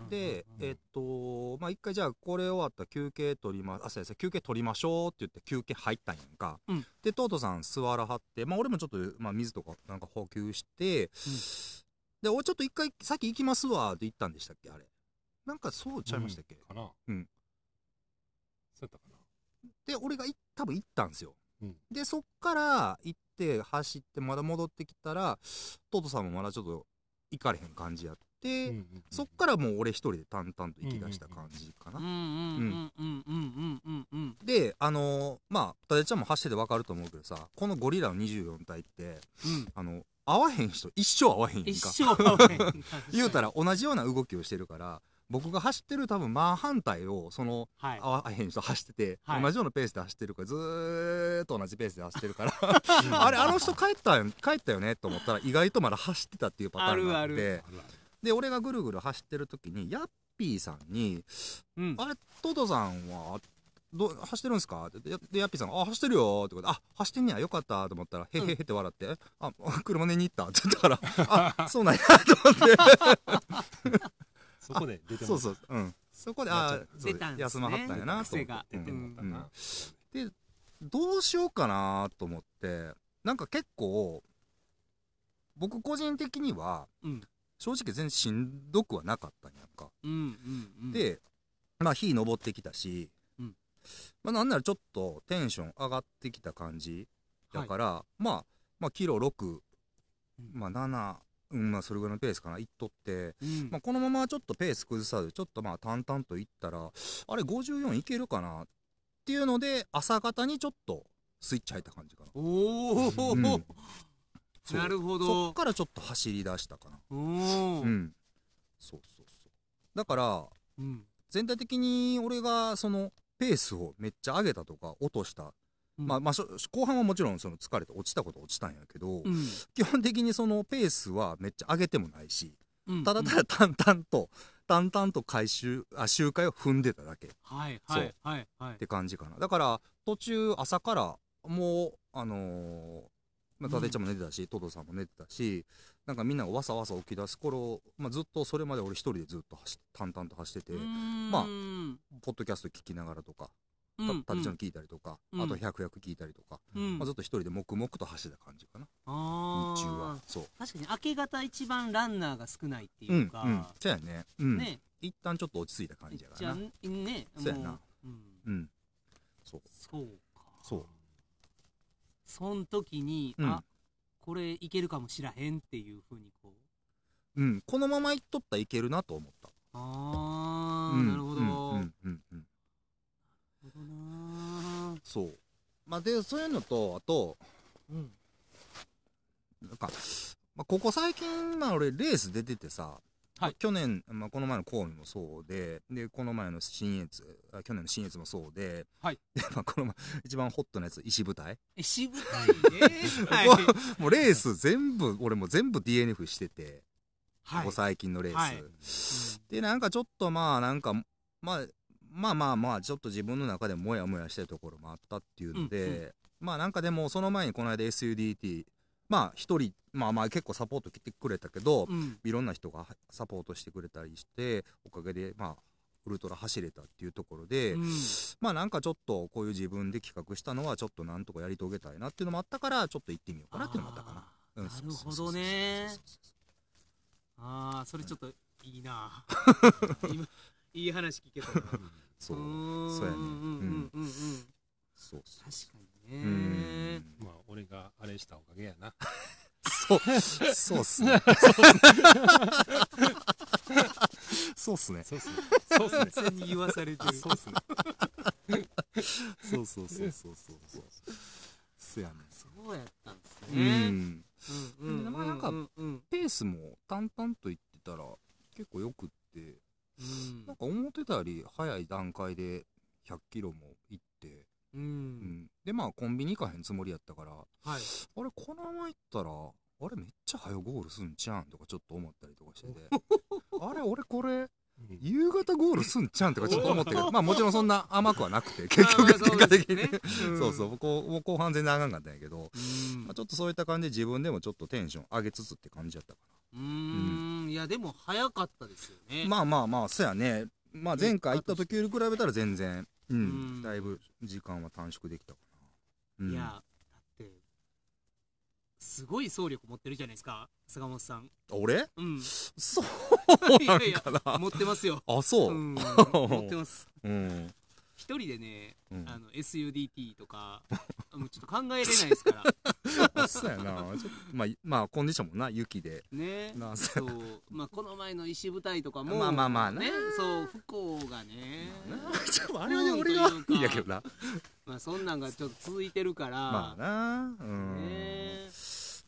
んうん
で、
うん
えっと、まあ、一回じゃあ、これ終わったら休憩取りま、あ、先生、休憩取りましょうって言って休憩入ったんやんか。
うん
で、トートさん座らはって、まあ、俺もちょっと、まあ、水とかなんか補給して、で、俺ちょっと一回先行きますわって言ったんでしたっけ、あれ。なんかそうちゃいましたっけ、
かな。
うん。
そうやったかな。
で、俺がい多分行ったんですよ。
うん
で、そっから行って、走って、まだ戻ってきたら、トートさんもまだちょっと行かれへん感じやって、
うんうんうん
そっからもう俺一人で淡々と行き出した感じかな。
うんうんうんうんうんうんうん
で、あのーまあ、たでちゃんも走ってて分かると思うけどさ、このゴリラの24体って、
うん
あの、合わへん人、一生合わへんやん
一
か。
生合わへん
言うたら同じような動きをしてるから、僕が走ってる多分真反対を、その、
はい
合わへん人走ってて、
はい
同じようなペースで走ってるから、ずーっと同じペースで走ってるから、
うん
あれ、あの人帰ったん、帰ったよねと思ったら、意外とまだ走ってたっていうパターンがあって、
あ
ある
るある
で、俺がぐるぐる走ってる時に、ヤッピーさんに、
うん
あれ、トトさんは、どう走ってるんですかって言ってやで、ヤッピーさんが、あ、走ってるよってことで、あ、走ってんねや、よかったと思ったら、へへへって笑って、えあ、車寝に行ったって言ったから、あ、そうなんや、と思って。
そこで出て
そう
う。
そう、うん。そこで、
なっちゃ
あ
う、
そう
出たんですね
休まはったんやな、と思って。
癖が
出てもらった
う
な。
どうしようかなと思って、なんか結構、僕個人的には、
うん
正直全然しんどくはなかったんやんか。
うんうんうん
で、まあ、日登ってきたし、
うん
まあ、なんならちょっとテンション上がってきた感じだから、まあ、まあ、キロ6、
うん
まあ、7、うん、まあ、それぐらいのペースかな、いっとって、
うん
まあ、このままちょっとペース崩さず、ちょっとまあ、淡々といったら、あれ、54いけるかなっていうので、朝方にちょっとスイッチ入った感じかな。
おお
うんそう
なる
そ
ほど
っからちょっと走り出したかな。
お
う
おうん
ん。そうそうそう。だから、
うん
全体的に俺がそのペースをめっちゃ上げたとか落とした、まあまあしょ後半はもちろんその疲れて落ちたことは落ちたんやけど、
うん
基本的にそのペースはめっちゃ上げてもないし
うん
ただただ淡々と淡々と回収あ周回を踏んでただけっ
はい
そ
は
う
いはいはい
て感じかなだから途中朝からもうあのーまあ、たてちゃんも寝てたし、トドさんも寝てたし、なんかみんながわさわさ起き出す頃、まあ、ずっとそれまで俺一人でずっと走っ淡々と走ってて、まあポッドキャスト聞きながらとか、
あ
たたちゃん聞いたりとか、
うん
あと百百聞いたりとか、
うん
まあ、ずっと一人で黙々と走った感じかな、
あー
日中はそう
確かに明け方一番ランナーが少ないって
う
いうんか、
うんそうやねうん
ね
一旦ちょっと落ち着いた感じ
じ
やか
ゃ
ら
あ
な
ね
そうやな
もううん
うんそう
そうか
そう
そん時に、
うん
あこれいけるかもしらへんっていうふうにこう
うんこのままいっとったらいけるなと思った
ああ、
うん
なるほど、
うんう
なる
んうんうん
ほどなー
そうまあでそういうのとあと
うん
なんか、まあ、ここ最近、まあ、俺レース出ててさ、まあ去年、まあ、この前の神戸もそうででこの前の新越あ去年の新越もそうで,、
はい
でまあ、この前一番ホットなやつ石舞台
えしぶたいね はい
もうレース全部俺もう全部 DNF してて、
はい
ここ最近のレース、
はい
でなんかちょっとまあなんかまあまあまあまあちょっと自分の中でもやもやしてるところもあったっていうので、
うん
まあなんかでもその前にこの間 SUDT まあ一人まあまあ結構サポート来てくれたけど、
うんうん
いろんな人がサポートしてくれたりしておかげでまあウルトラ走れたっていうところで、
うん
まあなんかちょっとこういう自分で企画したのはちょっとなんとかやり遂げたいなっていうのもあったからちょっと行ってみようかなっていうのもあったかな。
あー
うん
なるほどね
そうそうそうそう
ああそれちょっとい いな今いい話聞けたな
そう
ー
うんそうやね
うんうんうんうん
そうそう
確か
う
に
ー
ね
ん
まあ、俺があれしたおかげやな。
そうそうっすねそうっすね
そうそう。
そう完全に言わされてる
そうっすね。
そうそうそうそうそうそうそうやね
そうやったんです
うん
ねうんうんうん
まあなんか
うんうん
ペースも淡々といってたら結構よくって
うん
なんか思ってたより早い段階で100キロも行って、
う
うんんでまあコンビニ行かへんつもりやったから
はい
あれこのまま行ったらあれめっちゃ早ゴールすんちゃうんとかちょっと思ったりとか しててあれ俺これ
うん
夕方ゴールすんちゃうんとかちょっと思ったけどまあもちろんそんな甘くはなく て
ま
結
あま
局
あそ
結
う
果
で
的
す
に、
ねん
そうそう僕もう後半全然あかんかったんやけど、
うん
まあ、ちょっとそういった感じで自分でもちょっとテンション上げつつって感じやったか
うーんいやでも早かったですよね、
まあまあまあ、そうやね。まあ前回行った時より比べたら全然、うん、
うん
だいぶ時間は短縮できたかな。うん、
いやだってすごい総力持ってるじゃないですか坂本さん
俺
うん
そうなん
いや
かな。
持ってますよ
あ、そうう。
ん持ってます
うん。
一人でね
うん
あの SUDT とかもうちょっと考えれないです から
あそうやな。ちょっとまあ、まあ、コンディションもな、雪 で。
ね
なあ
そうまあこの前の石舞台とかも
まあまあまあな
ねそう不幸がね
ちょっとあれはね、俺が
うん
いいんやけどな。
まあそんなんがちょっと続いてるから
まあな。うん。
ね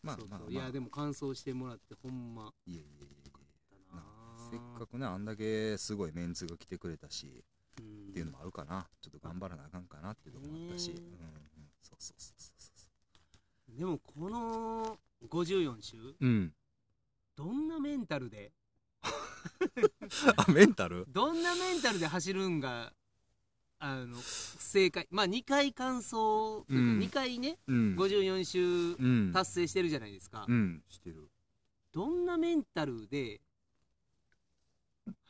まあ
そう
まあ
そうい
まあ
や。でも感想してもらってほんま
いえいえいえ
だ
な
な
せっかくね、あんだけすごいメンツが来てくれたし、
くっ
っていうのもあるかな。ちょっと頑張らなあかんかなっていうのもあったし。
う
うんん。うんそうそうそうそうそ
でもこの54週
う。うん。
どんなメンタルで
あ、メンタル
どんなメンタルで走るんがあの正解まあ2回完走というか
うん
2回ね
うん。
54週
うん。
達成してるじゃないですか
うん。してる。
どんなメンタルで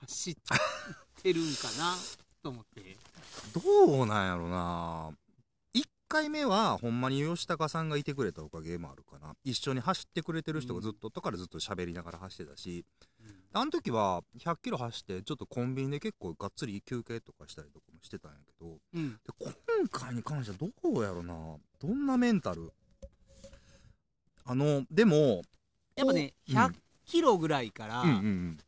走ってるんかなと思って
どうなんやろな1回目はほんまに吉高さんがいてくれたおかげもあるかな一緒に走ってくれてる人がずっとだからずっと喋りながら走ってたしあの時は1 0 0キロ走ってちょっとコンビニで結構がっつり休憩とかしたりとかもしてたんやけど
うん
で今回に関してはどうやろなどんなメンタルあのでも
やっぱね
うん
100キロぐらいから、
うんうん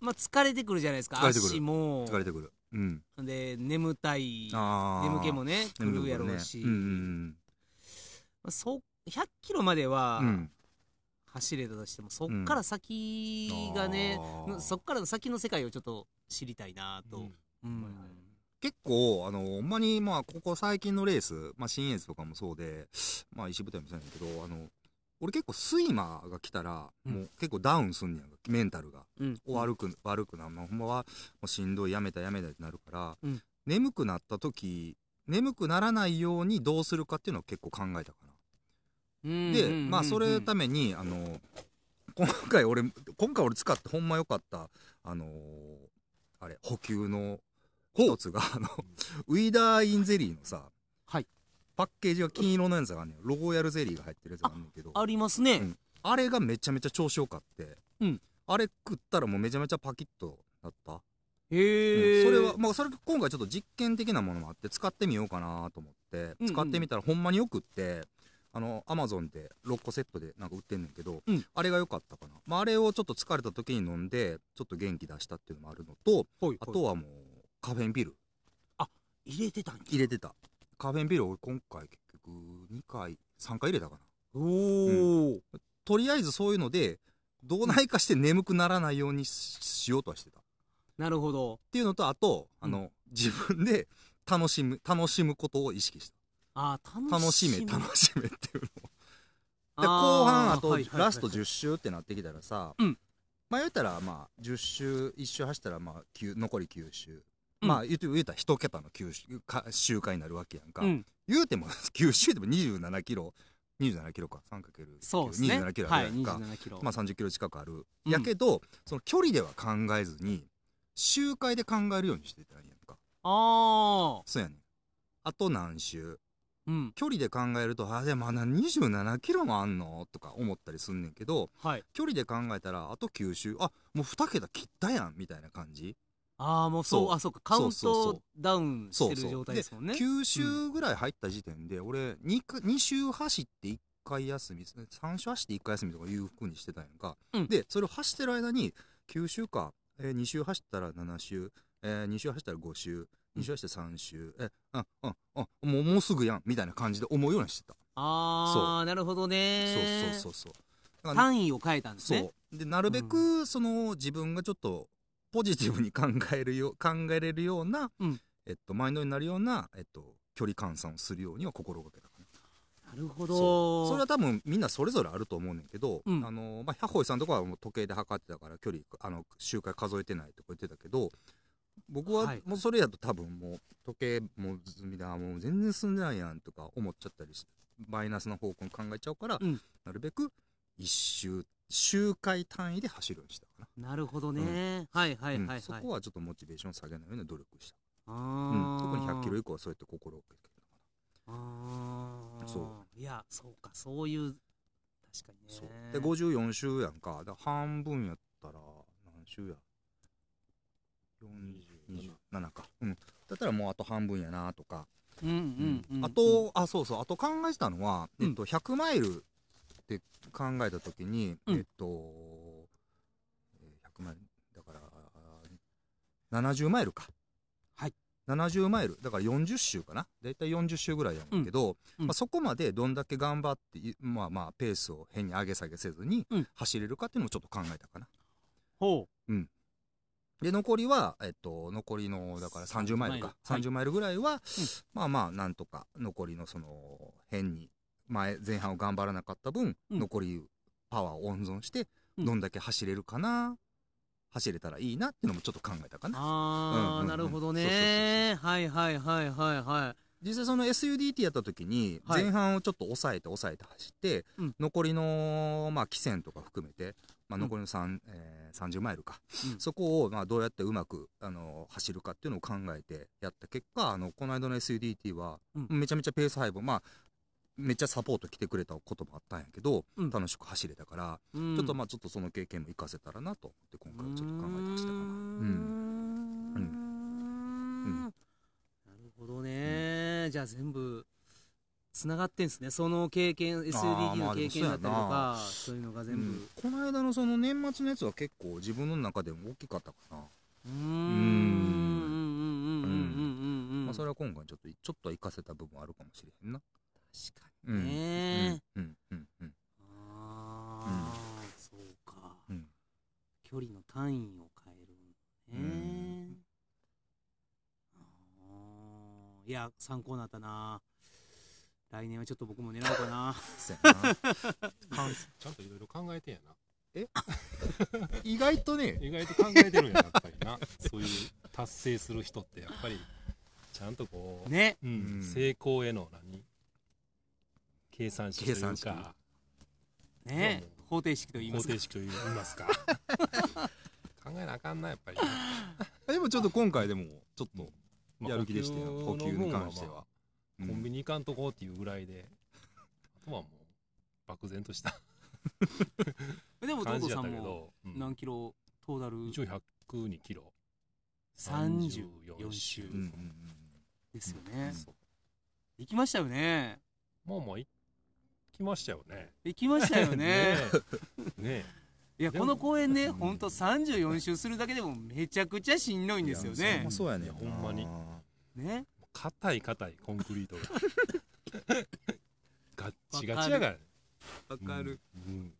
まあ、疲れてくるじゃないですか
疲れてくる
足も
うん疲れてくるうん
で眠たい
あー
眠気もねく
眠
る
気
や
も
ろ
ね
うし、
うんうん
まあ、そ100キロまでは
うんうん
走れたとしても、そっから先がね、
あー
そっからの先の世界をちょっと知りたいなと、うん
結構、あの、ほんまに、まあ、ここ最近のレース、まあ、新越とかもそうで、まあ、石舞台もそうやねんけど、あの、俺結構スイマーが来たら、
うん
もう結構ダウンすんねやんか、メンタルが。
うん
悪く、悪くな、まあ、ほんまは、もうしんどい、やめた、やめたってなるから、
うん
眠くなった時、眠くならないようにどうするかっていうのを結構考えたかな。で、まあ、それため
め
に、あの、今回俺、今回俺使ってほんま良かった、あのーあれ、補給の一つが、あの、ウィダーインゼリーのさ、
はい
パッケージが金色のやつがあんねんローヤルゼリーが入ってるやつがあんねんけどあ
ありますね、
うんれがめちゃめちゃ調子よかって、
うん
あれ食ったらもうめちゃめちゃパキッとなった、
へ
う
え
んそれは、まあ、それ今回ちょっと実験的なものもあって使ってみようかなと思って
うんうん
使ってみたらほんまによくってあのアマゾンで6個セットでなんか売ってんねんけど、
うん
あれが良かったかな、まあ、あれをちょっと疲れた時に飲んでちょっと元気出したっていうのもあるのと
ほい
あ
ほい
とはもうカフェインビール
入れてたんや
入れてたカフェインビールを俺今回結局2回3回入れたかな
おお、
とりあえずそういうのでどうないかして眠くならないようにししようとはしてたっ
なるほど
ていうのとあと
うん
あの、自分で楽しむ楽しむことを意識し
あー
た楽
楽
し
し
め
み
楽しめっていうのを
あ
で後半あ
ー
と、
はいはいはい
ラスト10周ってなってきたらさ、
うん
まあ言ったらまあ10周1周走ったらまあ九残り9周、
うん
まあ言うて言うたら1桁の9周か周回になるわけやんか、
うん
言うても 九周でも27キロ27キロか 3×9
そうですね
27キロあるやんか、
はい、27キロ、
まあ、30キロ近くある、
うん
やけどその距離では考えずに周回で考えるようにしてたんやんか
ああ
そうやねんあと何周
うん
距離で考えるとあでまだ27キロもあんのとか思ったりすんねんけど
はい
距離で考えたらあと9周あもう2桁切ったやんみたいな感じ
ああもうそう
そう
あそうかカウン
そうそうそ
ト
う
ダウンし
そ
て
うそ
る
う
状態ですもんね
9周ぐらい入った時点で俺 2, 2周走って1回休み3周走って1回休みとかいうふうにしてたんやんか、
うん
でそれを走ってる間に9周か、え2周走ったら7周、え2周走ったら5周2周走って3周、えあああもうもうすぐやんみたいな感じで思うようにしてた、
ああなるほどね
そうそう
う
そうそうだから
単位を変えたんですね
そうでなるべくその自分がちょっとポジティブに考えるよ考えれるよう な、
うん
えっと、マインドになるような、えっと、距離換算をするようには心がけたかな
なるほ
そ
ど
れは多分みんなそれぞれあると思うねんけど、
うん
あのまあ、百歩井さんとかはもう時計で測ってたから距離あの周回数えてないとか言ってたけど僕は
はい
もうそれやと多分もう時計もうずみだもう全然進んでないやんとか思っちゃったりしてマイナスな方向に考えちゃうから、
うん
なるべく1周周回単位で走るようにしたかな、
なるほどね、はいはいはいはい、
うんそこはちょっとモチベーション下げないような努力した、う
あ
ん、
ー
特に100キロ以降はそうやって心をけてる
あー
そ
いやそうかそういう確かにね
そうで54週やんかだから半分やったら何週や
27
27かうんだったらもうあと半分やなとか、
うんうんうん、うん、
あと、あそうそうあと考えてたのは、
うん
えっと、100マイルって考えた時に、
うん
えっとえー100マイルだからあー70マイルか
はい
70マイルだから40周かなだいたい40周ぐらいやねんけど、
うん
まあ、そこまでどんだけ頑張っていまあまあペースを変に上げ下げせずに
うん
走れるかっていうのもちょっと考えたかな
ほ
で残りは、えっと、残りのだから30マイルか
30
30マイルぐらいは、まあまあなんとか残りのその変に前前半を頑張らなかった分、
うん
残りパワーを温存して
うん
どんだけ走れるかな、走れたらいいなっていうのもちょっと考えたか
う
な
ああ、
うんうんうん
なるほどねはいはいはいはいはい
実際その SUDT やった時に
はい
前半をちょっと抑えて抑えて走って、
うん
残りのまあ汽船とか含めて、まあ、
ん
残りの3、えー30マイルか、
うん
そこをまあどうやってうまく、あのー走るかっていうのを考えてやった結果あのこの間の SUDT は
うん
めちゃめちゃペース配分まあめっちゃサポート来てくれたこともあったんやけど、
うん
楽しく走れたから、
うん
ちょっとまあちょっとその経験も活かせたらなと思って今回はちょっと考えて走ったかな。う
うー
ん
ん
うん
なるほどね、じゃあ全部つながってんすねその経験
ま
SDG の
あでもそ
経
う
験
や
だ
な
ったりとかそういうのが全部
うんこの間のその年末のやつは結構自分の中でも大きかったかな、
うーんうんうんうんうんうんうん
まあ、それは今回ちょっとちょっとは活かせた部分あるかもしれへんな
確かにね、
うんうんうんうん
ああ、そうか、
うん
距離の単位を変える
う
ね
ん
あーいや参考になったな来年はちょっと僕も狙おうかな
そやな
ちゃんといろいろ考えてんやな
意外とね
意外と考えてるんややっぱり なそういう達成する人ってやっぱりちゃんとこう、
ね
うん
うん
成功への何計算式という
計算式
か
ね
そう
方程式と言いま
方
すか
程式といいます か考えなあかんなやっぱり
でもちょっと今回でもちょっと
まあ
やる気でしたよ、補給
の
に
分
関しては、
まあ
うん
コンビニ行かんとこうっていうぐらいで あとはもう漠然とした
えでも
感
東
じやっ
堂さ
た
ん
け
も
ど、うん
何キロトータル
一応102キロ
34
34周
うん
周
うん
ですよね、
そう
行きましたよね
まあまあ行きましたよ ね
行きましたよね
えね
いや
でも
この公園ね
うん
ほんと34周するだけでもめちゃくちゃしんどい
うんん
ですよ
いや
ね
ほんまそうやねんない
やほんまに
ね
え硬い硬いコンクリートが ガッチガチやから
わ
わ、うん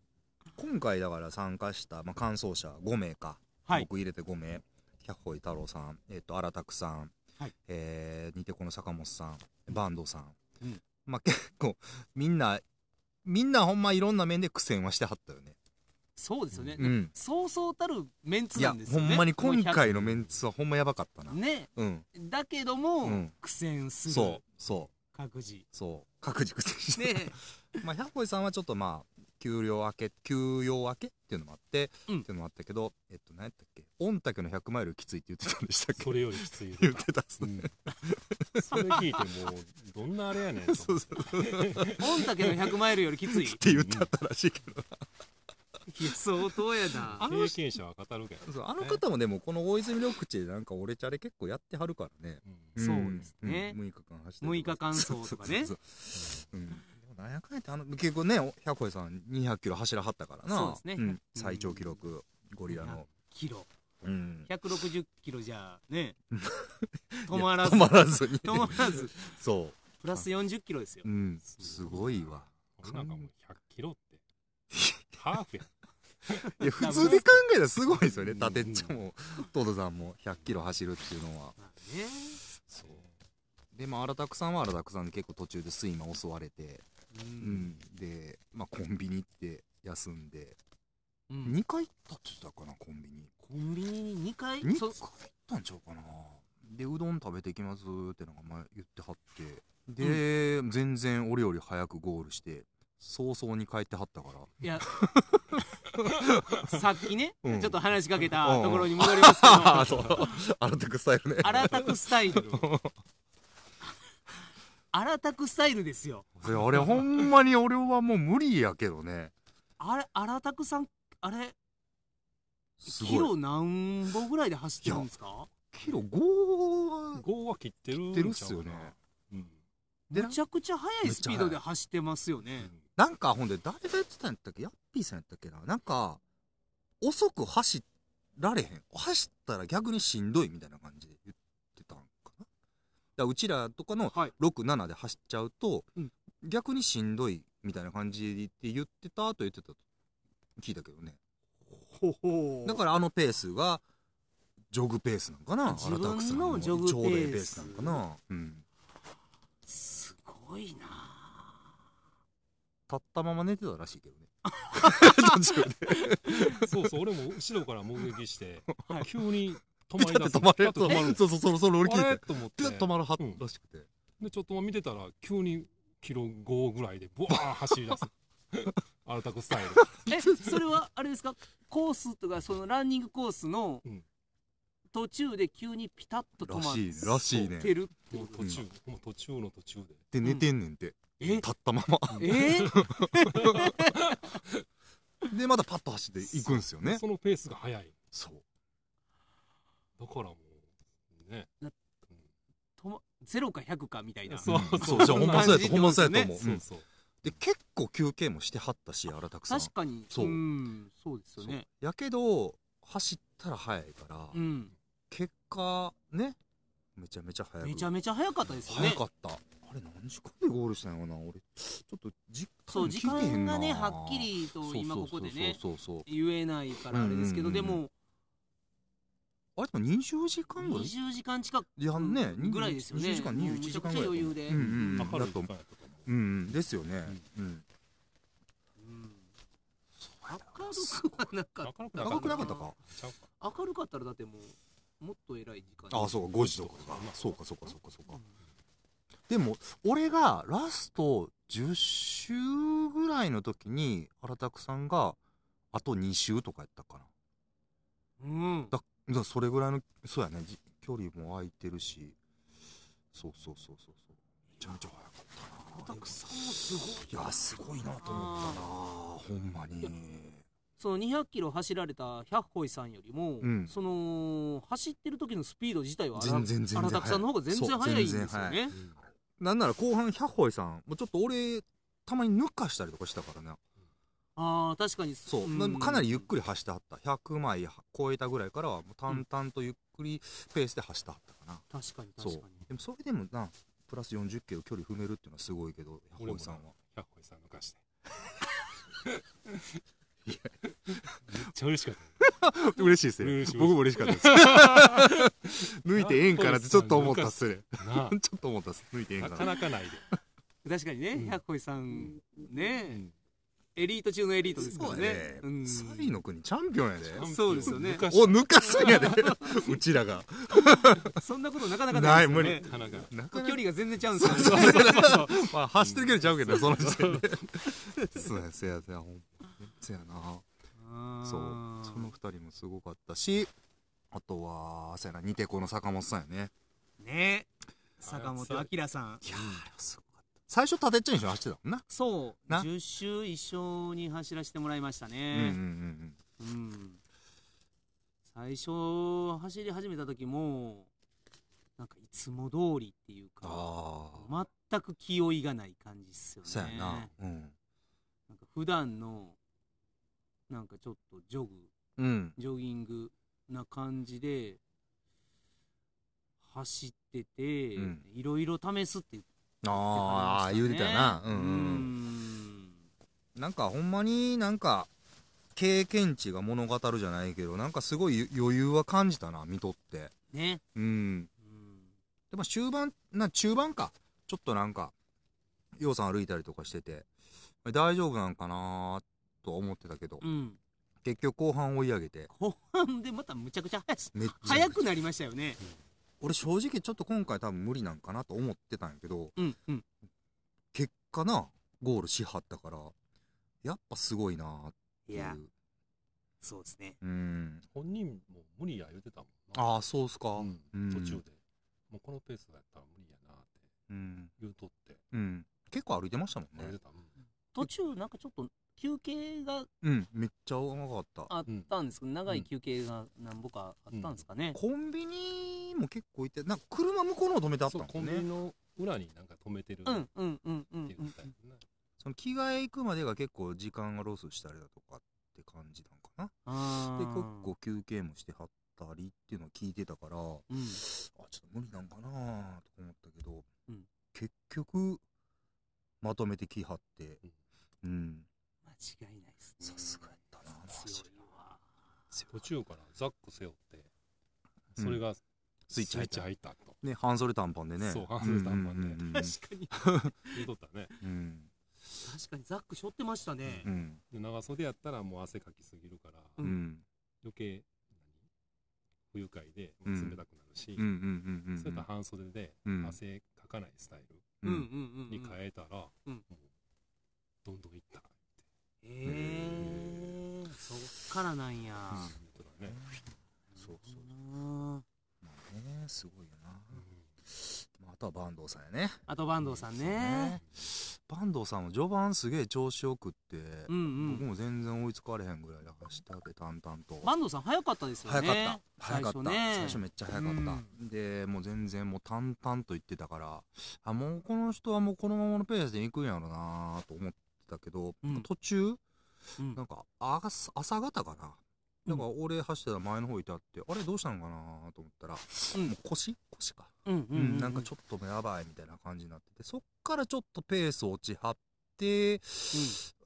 今回だから参加した、まあ、完走者5名か、
はい
僕入れて5名百穂井太郎さん、えっと荒拓さん、
はい
えー、ニテコの坂本さん坂東さん、
うん
まあ、結構みんなみんなほんまいろんな面で苦戦はしてはったよね
そうですよね、
うん
そうそうたるメンツ
い
な
や
んです
ほ
よね
んまに今回
こ
のメンツはほんまやばかったな
の100ね
うん
だけども、
うん
苦戦する
そうそう
各自
そう各自苦戦して
ね
まあ、百歩井さんはちょっとまあ給料明け休養明けっていうのもあって、
うん
っていうのもあったけどえっと何やったっけ御嶽の100マイルきついって言ってたんでしたっけ
それよりきつい
言ってたっす
う
ね、
んそれ聞いてもうどんなあれやねんと
そうそう
御嶽の100マイルより きついい
って言ってあったらしいけど、
や相当やな
あの
経験者は語るけど、
そうあの方もでもこの大泉緑地でなんか俺チャレ結構やってはるからね
うん
そうですね
6日間走って
六日間走とか
そ
ね
うそうそううんでもなんやかんやってあの結構ね百歩井さん2 0 0キロ走らはったからな
そうですね
ん最長記録ゴリラの、
キロ
うん
160キロじゃ ね止まらず
止まらずに
止ま らず
そ
プラス40キロですよ
う、うん、すごいわ
俺なんかもう100キロってハーフやん
いや普通で考えたらすごいですよね
うん
伊達っちゃんもトドさんも100キロ走るっていうのは
まあね
そう
でまあ荒拓さんは荒拓さんで結構途中で睡魔襲われて、
う、
うんん、で、まあ、コンビニ行って休んで、
うん
二2回行ったって言ってたかなコンビニ
コンビニに2回
2回
そ
行ったんちゃうかなでうどん食べてきますってのが前言ってはってで、全然俺より早くゴールして早々に帰ってはったから
いやさっきね、
うん
ちょっと話しかけたところに戻りますけど、
ああ そう新たくスタイルね
新たくスタイル新たくスタイルですよ
いやあれほんまに俺はもう無理やけどね
あれ新たくさんあれ
す
キ
ごい
ロ何歩ぐらいで走ってるんですか
キロ5
5は切ってるん
っ
ちゃ
て
うか
るっ
な
すよね
うん
で
めちゃくちゃ速いスピードで走ってますよね
なん
なんかほんで誰がやってたんやったっけヤッピーさんやったっけななんか遅く走られへん走ったら逆にしんどいみたいな感じで言ってたんかなだからうちらとかの
はい
67で走っちゃうと、
うん
逆にしんどいみたいな感じで言ってたと言ってたと聞いたけどね
ほほ
だからあのペースがジョグペースなんかな
自分の
荒田草の
ジョグペース
ちょうどええペースなんかなうん
すごいな
立ったまま寝てたらしい けどね途中で
そうそう俺も後ろから目撃して
はい
急に
ピ
止ま
タ
り
っ
だ
て
す
止まれる
ピタッと止まるんです
そうそうそろそろ俺聞い
あれ
て
と思って
ピタッと止まるは
うん
らしくて
でちょっとまあ見てたら急にキロ5ぐらいでブワーン走り 出すアルタクスタイル
えそれはあれですかコースとかそのランニングコースの
うん
途中で急にピタッと止ま
らしいらしいね
ってるって
もう
こと
途中、もう途中の途中で
で寝てんねんて
え
立ったまま
え ー
でまたパッと走っていくんすよね
そのペースが速い
そう
だからもうね
とまゼロか100かみたいな
そうそう
そうじゃあほんまそうやとほんまそうやと
感
思う
そうそう
で結構休憩もしてはったし荒拓さん
確かに
そうん
そうですよね
そうやけど走ったら速いから、
うん
結果ねめちゃめちゃ速く
めちゃめちゃ速かったですよね
速かった、あれ何時間でゴールしたんやろな俺ちょっと実
そう時間がねはっきり
と
と今ここでね
そうそうそうそう
言えないからあれですけど
うんう
で
んうんうん
も
あれでも20時間ぐらい
20時間近く
いやね
うんぐらいですよね
20時間
もう
21時間ぐらい
めちゃくちゃ余裕で
うんうんうん
明る
だ
い時間
と思
やったと思
ううんうんですよねうん
明るくはなかっ
う明るくなかった
長くなかったか
ちゃうか
た明るかったらだってもうもっと偉い時間
ああそうか5時とかかそうかそうかそうかそうかでも俺がラスト10周ぐらいの時に荒拓さんがあと2周とかやったかな
うん
だだからそれぐらいのそうやねじ距離も空いてるしそうそうそうそうそうめちゃめちゃ速かったな
くさんもすごい
いやすごいなと思ったなほんまに
その200キロ走られた百歩井さんよりも、
うん
その走ってる時のスピード自体は
全然全然
荒拓さんの方が全然速いんですよ
そう全然
ね
なんなら後半百歩井さんもうちょっと俺たまに抜かしたりとかしたからね
ああ確かに
そう、
ん
かなりゆっくり走ってはった100枚超えたぐらいからはもう淡々とゆっくりペースで走ってはったかな、
確かに確
そう
かに
でもそれでもなプラス4 0キロ距離踏めるっていうのはすごいけど
俺
百
も
井さ
さ
ん
んは
は
百歩さん抜かしてめっちゃ嬉しかった
嬉しいです
ね嬉しい
僕も嬉しかったです 抜いてええんかなってちょっと思ったっすね
な
ちょっと思ったっす抜いてええん
あ
か
な
な
かなかないで
確かにね、
うん
百歩井さん
う
ね
ん
エリート中のエリートですか
そ
ら
う
ね
やね
うん
サイの国チャンピオンやで
そうですよね
昔
お抜かすん やでうちらが
そんなことなかなかないですよ
ない無理
ね
なかなか
な
距
かなか
離が全然ちゃうんですよね
まあ走ってるけどちゃうけどねその時点でそうやせやせやほんまにせやな
あー
そうその二人もすごかったしあとはそうやなニテコの坂本さんやね
ね坂本明さん
いやーすごかった最初立てっちゃいにしょ走ってたもんな、
そう
な
10周一緒に走らせてもらいました
うんうん
ね
うん
うん最初走り始めた時もなんかいつも通りっていうか
ああ
全く気負いがない感じっすよね
そうやなうん
なんか普段のなんかちょっとジョグ
うん
ジョギングな感じで走ってて
うん
いろいろ試すって言って
あ
は
あ
りま
言う
してた
た
ね
よなうん、
う
うん
ん
なんかほんまになんか経験値が物語るじゃないけどなんかすごい余裕は感じたな見とって
ね
うん
うん
でも終盤な中盤かちょっとなんかようさん歩いたりとかしてて大丈夫なんかなーとは思ってたけど、
うん
結局後半追い上げて
後半でまたむちゃくちゃ速し
めっちゃ
速くなりましたよね
俺正直ちょっと今回多分無理なんかなと思ってたんやけど
うんうん
結果なゴールしはったから、やっぱすごいなーって
い
いう。
や、そうですね。
うん。
本人も無理や言うてたもんな。
ああ、そうっすか。
う
うんうん
途中で。もうこのペースだったら無理やなって
ん。
言うとって、
うん。結構歩いてましたもん
言う
ね
て。た。うん
途中なんかちょっと休憩が
うん。めっちゃ甘かった。
あったんですけど、長い休憩が何ぼかあったんですかね。
コンビニも結構いて、なんか車向こうの止めてあっ
そ
た
う、
も
コ
ん
ンビニ
ね。
の裏になんか止めてるっ
う
て
んうんうんうんうん
言ってたよね。
その着替え行くまでが結構時間がロスしたりだとかって感じなんかな。
あ
で、
ー
結構休憩もしてはったりっていうのを聞いてたから、あ、
う
ちょ
ん
っと無理なんかなーとか思ったけど、
うん
結局、まとめて着はって、うん。
間違いないですね。
さすがやったな
強いわ。
途中からザック背負って、それが
スイッチ入った
入ったと
ね、半袖短パンでね。
そう半袖短パンで
うんうんうん
確かに、
言うとったね。
うん。
確かにザック背負ってましたね
う。ん。
で長袖やったらもう汗かきすぎるから、
うん。うん。
余計何不愉快で
う
冷
ん
たくなるし、
うん。うん。うん。
それと半袖で
うん
汗かかないスタイル
うん。
うん
に変えたら、
うん
もうどんどんいったって
ええー、そっからなんや。
言ってたね、
そうそう。
うん
まあね、すごいよな。まあ、あとは坂東さんやね。
あと坂東さんね。
坂東さんは序盤すげえ調子よくって、
うんう
僕
ん。
も全然追いつかれへんぐらいだから下で淡々と。
坂東さん早かったですよ
早
ね。
かった。早かった。
最初ね
最初めっちゃ早かった。で、もう全然もう淡々と言ってたから、あ、もうこの人はもうこのままのペースで行くんやろなと思ってたけど、
うん
途中、
うん
なんか朝朝方かな。
う
なんんか俺走ってた前の方いてあって、あれどうしたのかなと思ったら、
うん
もう腰腰か。
うんう
うん
うん
ん、なんかちょっともうやばいみたいな感じになってて、そっからちょっとペース落ちはって、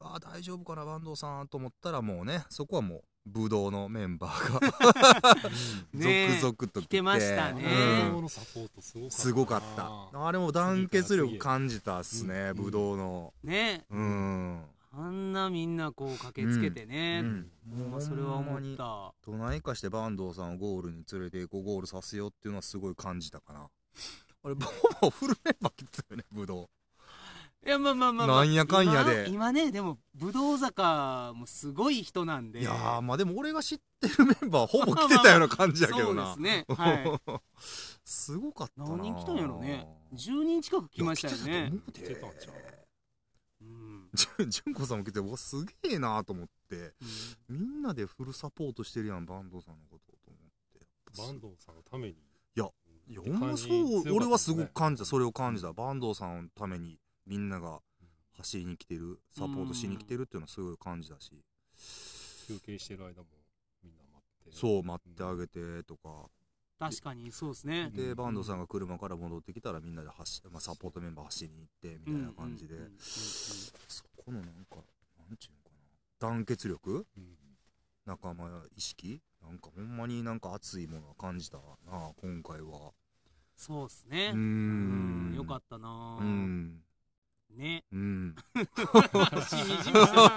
あー大丈夫かな、坂東さんと思ったらもうね、そこはもう、ブドウのメンバーが
ねえ
続々と来て
来てましたね
運
う
動
ん
のサポートすごかったな
すごかった。あれも団結力感じたっすね、
うん
ブドウの。
ね
うん。
あんなみんなこう駆けつけて
う
ね。
ん
もうそれは
ほん
思
ま
っ
に
た。
どないかして坂東さんをゴールに連れて行こう、ゴールさせようっていうのはすごい感じたか な。あれ、ほぼフルメンバーきついよね、ブドウ。
いやまあまあまあまあ。
なんやかんやで
今今ねでも武道坂もすごい人なんで。
いやー、まあでも俺が知ってるメンバーほぼ来てたような感じやけどな。
そうで すね。はい。
すごかったな。
何人来たんやろね10人近く来ましたよね
いや。来てたと思う
来てたんちゃ
うん
で。じゅんこさんも来て、うわ、すげえなーと思って、みんなでフルサポートしてるやん、バンドさんのことと思って。
坂東さんのために
やいや、ほん
感
まそ
じ強かったです
う、
ね
俺はすごく感じた、それを感じた。バンドさんのためにみんなが走りに来てる、サポートしに来てるっていうのはすごい感じだし、
休憩してる間もみんな待って
そう、待ってあげてとか、
確かにそうですね。
で、バンドさんが車から戻ってきたらみんなで走、まあ、サポートメンバー走りに行ってみたいな感じで
うんうんうん、うん
そこのなんか、なんちゅうのかな、団結力
うん
仲間意識なんかほんまになんか熱いものは感じたな今回は
そうです
う
ね。うん
ん
よか
っ
ったな
う。ん
ね。
うん
しみじみするな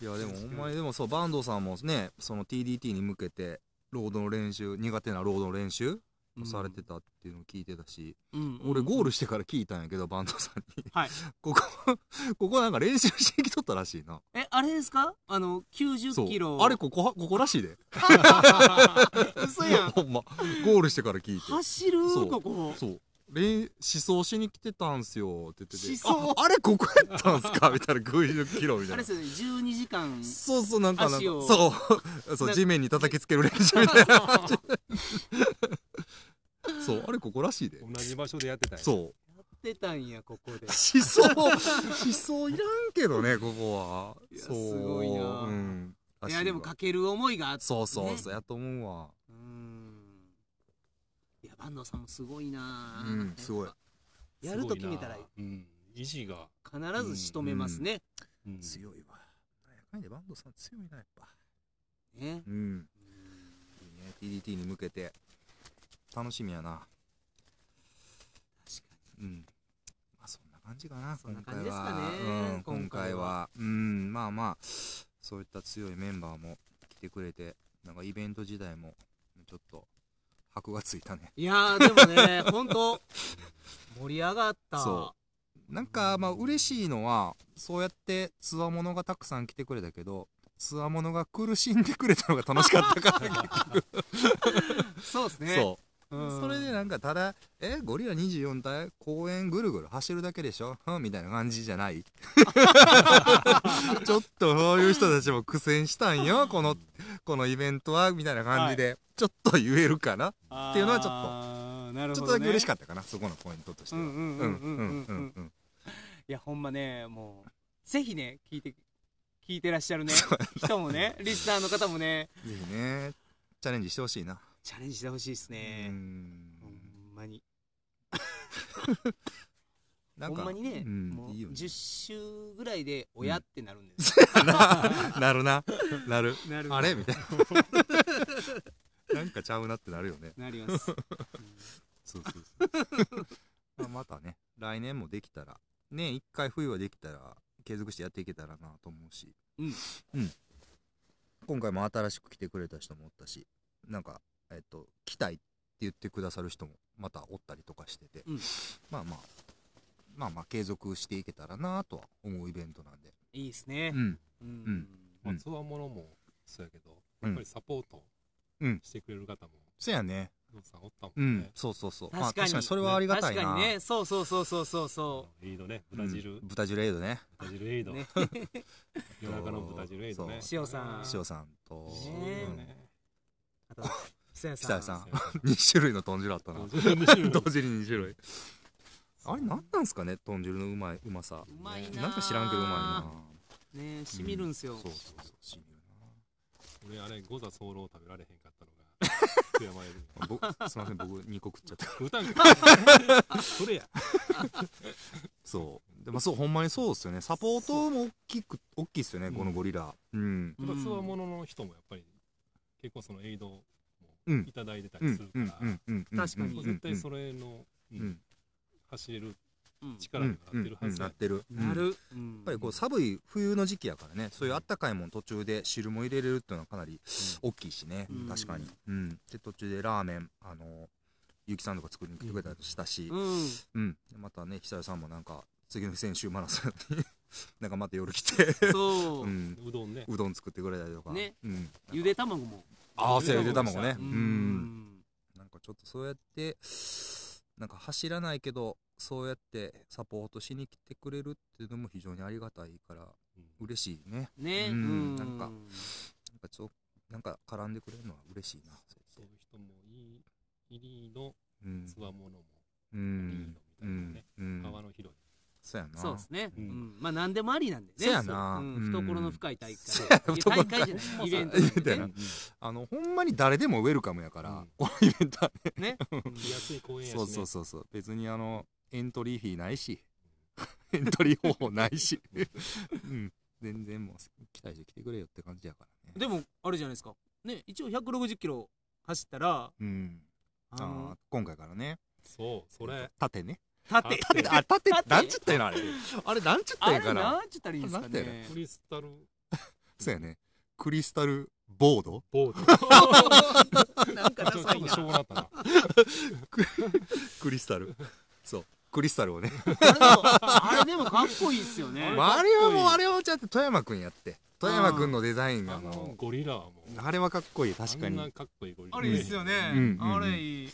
い
やでもほんまにでもそう坂東さんもねその TDT に向けてロードの練習苦手なロードの練習をされてたっていうのを聞いてたし、
うん
俺ゴールしてから聞いたんやけど坂東さんに
はい。
ここここなんか練習してきとったらしいな
え、あれですかあの、
そ
90
う
キロ。
あれここはここらしいで
嘘やん。
ほんまゴールしてから聞いて
走る
そう
ここ。
そう。練思想しに来てたんすよって言ってて
思想
ああれここやったんすかみたいな50キロみた
あ
い
れ
な
ですよね、12時間。
そうそうなんかなんか
足を
そう そう
な
地面に叩きつける練習みたいな 感じそうあれここらしい で
同じ場所でやってたんや
そう
出たんや、ここで。
思想 思想いらんけどねここはい
や
そう
すごいな
うん
いや、でもか
か
ける思いがあって。
そうそうそうやと思うわ
うん。いや、坂東さんもすごいな
う。んすごい。
やると決めたら
すごいなうん意地が、
必ず仕留めますね。
うん
強いわなんやかんやでバンドさん強いなやっぱ
ね。
うんいいね TDT に向けて楽しみやな
確かに。
うんまあそんな感じかな
そんな
今回
感じですかね
はうん、今
今回は
回はうんまあまあそういった強いメンバーも来てくれてなんかイベント自体もちょっと箔がついたね
いやーでもね、ほんと、盛り上がった。
そなんかまあ嬉しいのはそうやってつわものがたくさん来てくれたけどつわものが苦しんでくれたのが楽しかったから
そうですね
そう
う、
それでなんかただ「えゴリラ24体公園ぐるぐる走るだけでしょ? うん」みたいな感じじゃない ちょっとそういう人たちも苦戦したんよこのこのイベントはみたいな感じで、ちょっと言えるかなっていうのはちょっと
ょっとなる
ち
ほど、ね、
ょっとだけ嬉しかったかなそこのポイントとして
う
は。
んうんうんうんうんうん
うん
いやほんまねもうぜひね聞いて聞いてらっしゃるね人も ねリスナーの方もね
うんぜひねチャレンジしてほしいな。
チャレンジしてほしいです
う
ね
ん
ほんまに
な
ほんまにね、
うん
もう
いいよね
10週ぐらいで親ってなるんです、
なるななる
なる
あれみたいな なんかちゃうなってなるよね
なります、うん
そうそうそうまあまたね来年もできたらね一回冬はできたら継続してやっていけたらなと思うし
うん
うん今回も新しく来てくれた人もおったしなんかえっと来たいって言ってくださる人もまたおったりとかしてて、
うん
まあまあまあまあ継続していけたらなとは思うイベントなんで
いいですね
う、ん
うん
ん
まあ、
うん
つわものもそうやけど、
うん
やっぱりサポート
うん
してくれる方も、
そやね
ゾウさんおったも
うんん、
ね。
そうそうそう
確
ま
かに
あ、確かにそれはありがたい
確
な
かにねそうそうそうそうそうそ
リードね、豚汁、
うん豚汁エイドね
豚汁エイ
う
ド、
ね
夜中の豚汁エイドね。
そう塩さん
塩さんと
ね
塩
うん
ね
あと久
久
谷さん
谷さん2種類の豚汁あったな
豚汁の種類
同時に2種類あれ何なんすかね豚汁のうまいうまさ
うまいな
なんか知らんけどうま
ねしみるんす
い
よ、
なそうそうそう染みる
俺あれ、ゴザソウロ食べられへんかったのが、福山エル
な僕すいません僕2個食っちゃった
食うたんかそれや。
そうでもそうほんまにそうっすよねサポートも大きく大きいっすよねこのゴリラうん
やっぱつわも
の
のの人もやっぱり、結構そのエイドも
うん
いただいてた
う
りす
ん
るか
う
ら、
んうんうんうん
確かに
もう絶対それ
れ
の、うん
うん
走れる
うん
力にはなってるはず
な
や、
ってるうん
なる、
やっぱりこう寒い冬の時期やからねそういうあったかいもん途中で汁も入れれるっていうのはかなり大きいしね、
うん
確かに、うん、で途中でラーメンあのゆきさんとか作りに来てくれたりしたし、
うん、うん、
うんでまたね久代さんもなんか次の日先週マラソンに なんかまた夜来て、
そう、
うん、
うどんね。
うどん作ってくれたりとか、
ね
うん、
ゆで卵も
ああそうやゆで卵ね
う
うん、なんかちょっとそうやってなんか走らないけどそうやってサポートしに来てくれるっていうのも非常にありがたいから嬉しいね
ね
うん
うん
なんかなんかちょなんか絡んでくれるのは嬉しいな。
そういう人もいい、イリーの
うん
つわものも、
う
イリーの
ん。う
みたいなね
ん。。うん。
幅の広い。
そうやな。
そうですね、う
うんん
まあ何でもありなんでね
そうやな
うん
うん
懐の深い大
そう
会
や
い や
懐の
大
深い
会じゃないイベント
みたい
な
なん
で
あの、ほんまに誰でもウェルカムやから、
うん
このイベントはね。
ねねうん
来やすい公園やし、ね。
そうそうそうそう。別にあの、エントリーフィーないし、 エントリー方法ないし、うん。全然もう、期待して来てくれよって感じやからね。
でもあれじゃないですかね一応160キロ走ったら
うん。
あ
あ
の
ー今回からね。
そう、それ。
縦ね。
縦
縦、あ、縦
縦、
なんちゅったんやな、あれ。あれ、なんちゅった
あ
ん
れ
やから。
なんちゅったらいいんですか
なんてや
ね
クリスタル
そうやね。クリスタルボード
ボー
なん
ド。
かダ
ちょっ
サい
と
な
しょうがなったな。
クリスタル。そう。クリスタルをね。
あれでもかっこいいっすよ ね
まあ、あれはもう、あ
れ
れはちゃんと富山くんやって。富山くんのデザインが
あの
も
ゴリラはも
う、
う、
あれはかっこいい、確か
あんな
に。
かっこいいゴリラ。
あれいいっすよね、
うんうんうん
あれいい、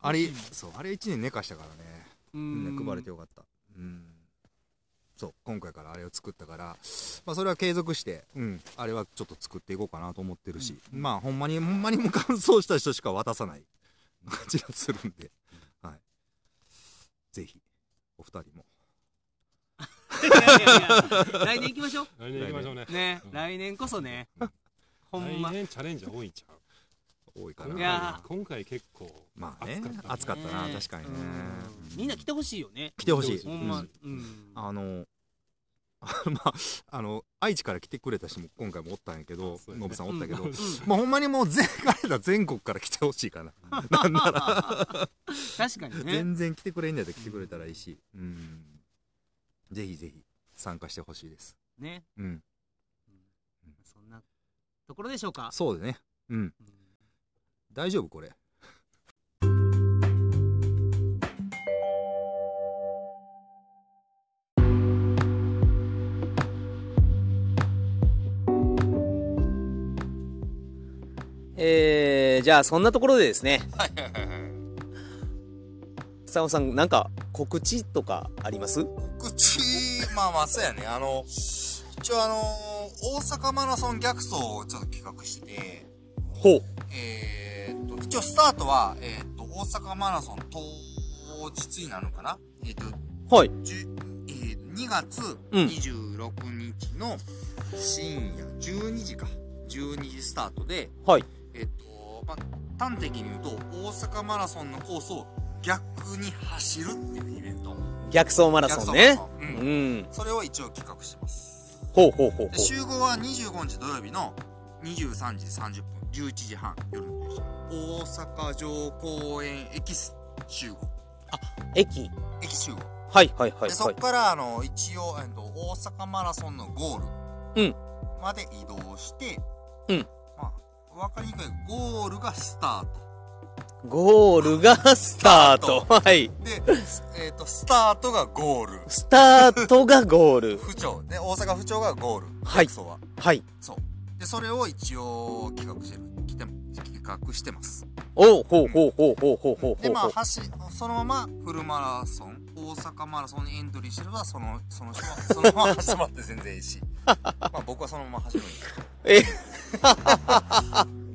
あれ、そう、あれ1年寝かしたからね。
う
ね配れてよかった。うん。そう、今回からあれを作ったから、まあ、それは継続して、うん、あれはちょっと作っていこうかなと思ってるし、まあ、ほんまに、ほんまにもう乾燥した人しか渡さない 感じがするんで、はい。ぜひ、お二人も。
いやいやいや 来年行きましょ
来年行きましょうね
う。ね、
うん
来年こそね
うん
ほんま
来年チャレンジャー多いんちゃう
多いか
今
いや
ら。
回今回結構
まあね
暑かった、ね
暑かったな、
ね
確かにね
う。んみんな来てほしいよね
来てほしい。
来て
ほ
ほ
んま
うん
うん
あの、 まあ、あの、愛知から来てくれた人も今回もおったんやけど
あ、そうやね
ノブさんおったけど、
うん
まあほんまにもう全、彼ら全国から来てほしいかな。なんなら、
確かにね
全然来てくれんだったら来てくれたらいいし、うん。ぜひぜひ参加してほしいです。
ね
うん。
そんなところでしょうか
そうだね。うん。大丈夫これ。
えー、じゃあそんなところでですね
はい
坂本さんなんか告知とかあります
口まあまあそうやねあの一応あの大阪マラソン逆走をちょっと企画してて
ほう
えーっと一応スタートは、えーっと大阪マラソン当日になるのかなえーっと
はい
じゅえー2月
うん
26日の深夜12時か12時スタートで、
はい
えっとまあ、端的に言うと大阪マラソンのコースを逆に走るっていうイベント
逆走マラ
逆
ソン
走マラ
ね
ソンうん
うん
それを一応企画してます
ほうほうほうほう
で集合は25日土曜日の23時30分11時半夜の電車大阪城公園駅集合
駅
駅集合
はいはいはい
でそ
は
こ
い
からあの一応、えっと、大阪マラソンのゴール
うん
まで移動して、
うん
まあ、分かりにくいゴールがスタート
ゴールがスタートはい
で、えっとスタートがゴール
スタートがゴール
府庁で大阪府庁がゴール
はい
そうは
はい
そうでそれを一応企画してるきて企画してます
おうほうほうほうほうほうほうほ
で
う
ま
ほ
あ
う
走そのままフルマラソン大阪マラソンにエントリーしてればその その人はそのまま走って全然いいしまあ僕はそのまま走るんで
え
っ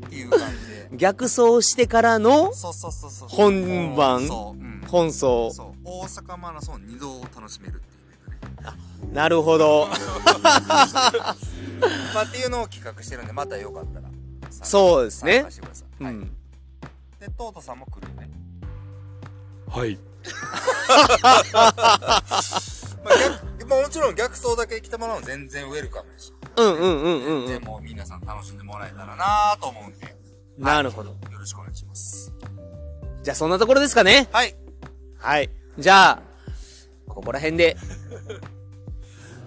ていう感じで
逆走してからの
そうそうそうそう。
本番
そう。うん。
本走
そう。大阪マラソン2度を楽しめるっていうイベントね。
なるほど
まあっていうのを企画してるんで、またよかったら。
そうですね
参加してください。
う
はい。
ん
で、トートさんも来るよね。
はい。
まあ逆、まあもちろん逆走だけ来てもらうの全然ウェルカムだし。
うんうんうんうんう
で
ん
もう皆さん楽しんでもらえたらなぁと思うんで。
なるほど
よろしくお願いします。
じゃあそんなところですかね
はい。
はい。じゃあ、ここら辺 で、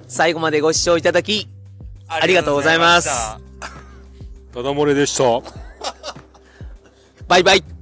最後までご視聴いただき、ありがとうございます
ありがとうございました。
ただ漏れでした。
バイバイ。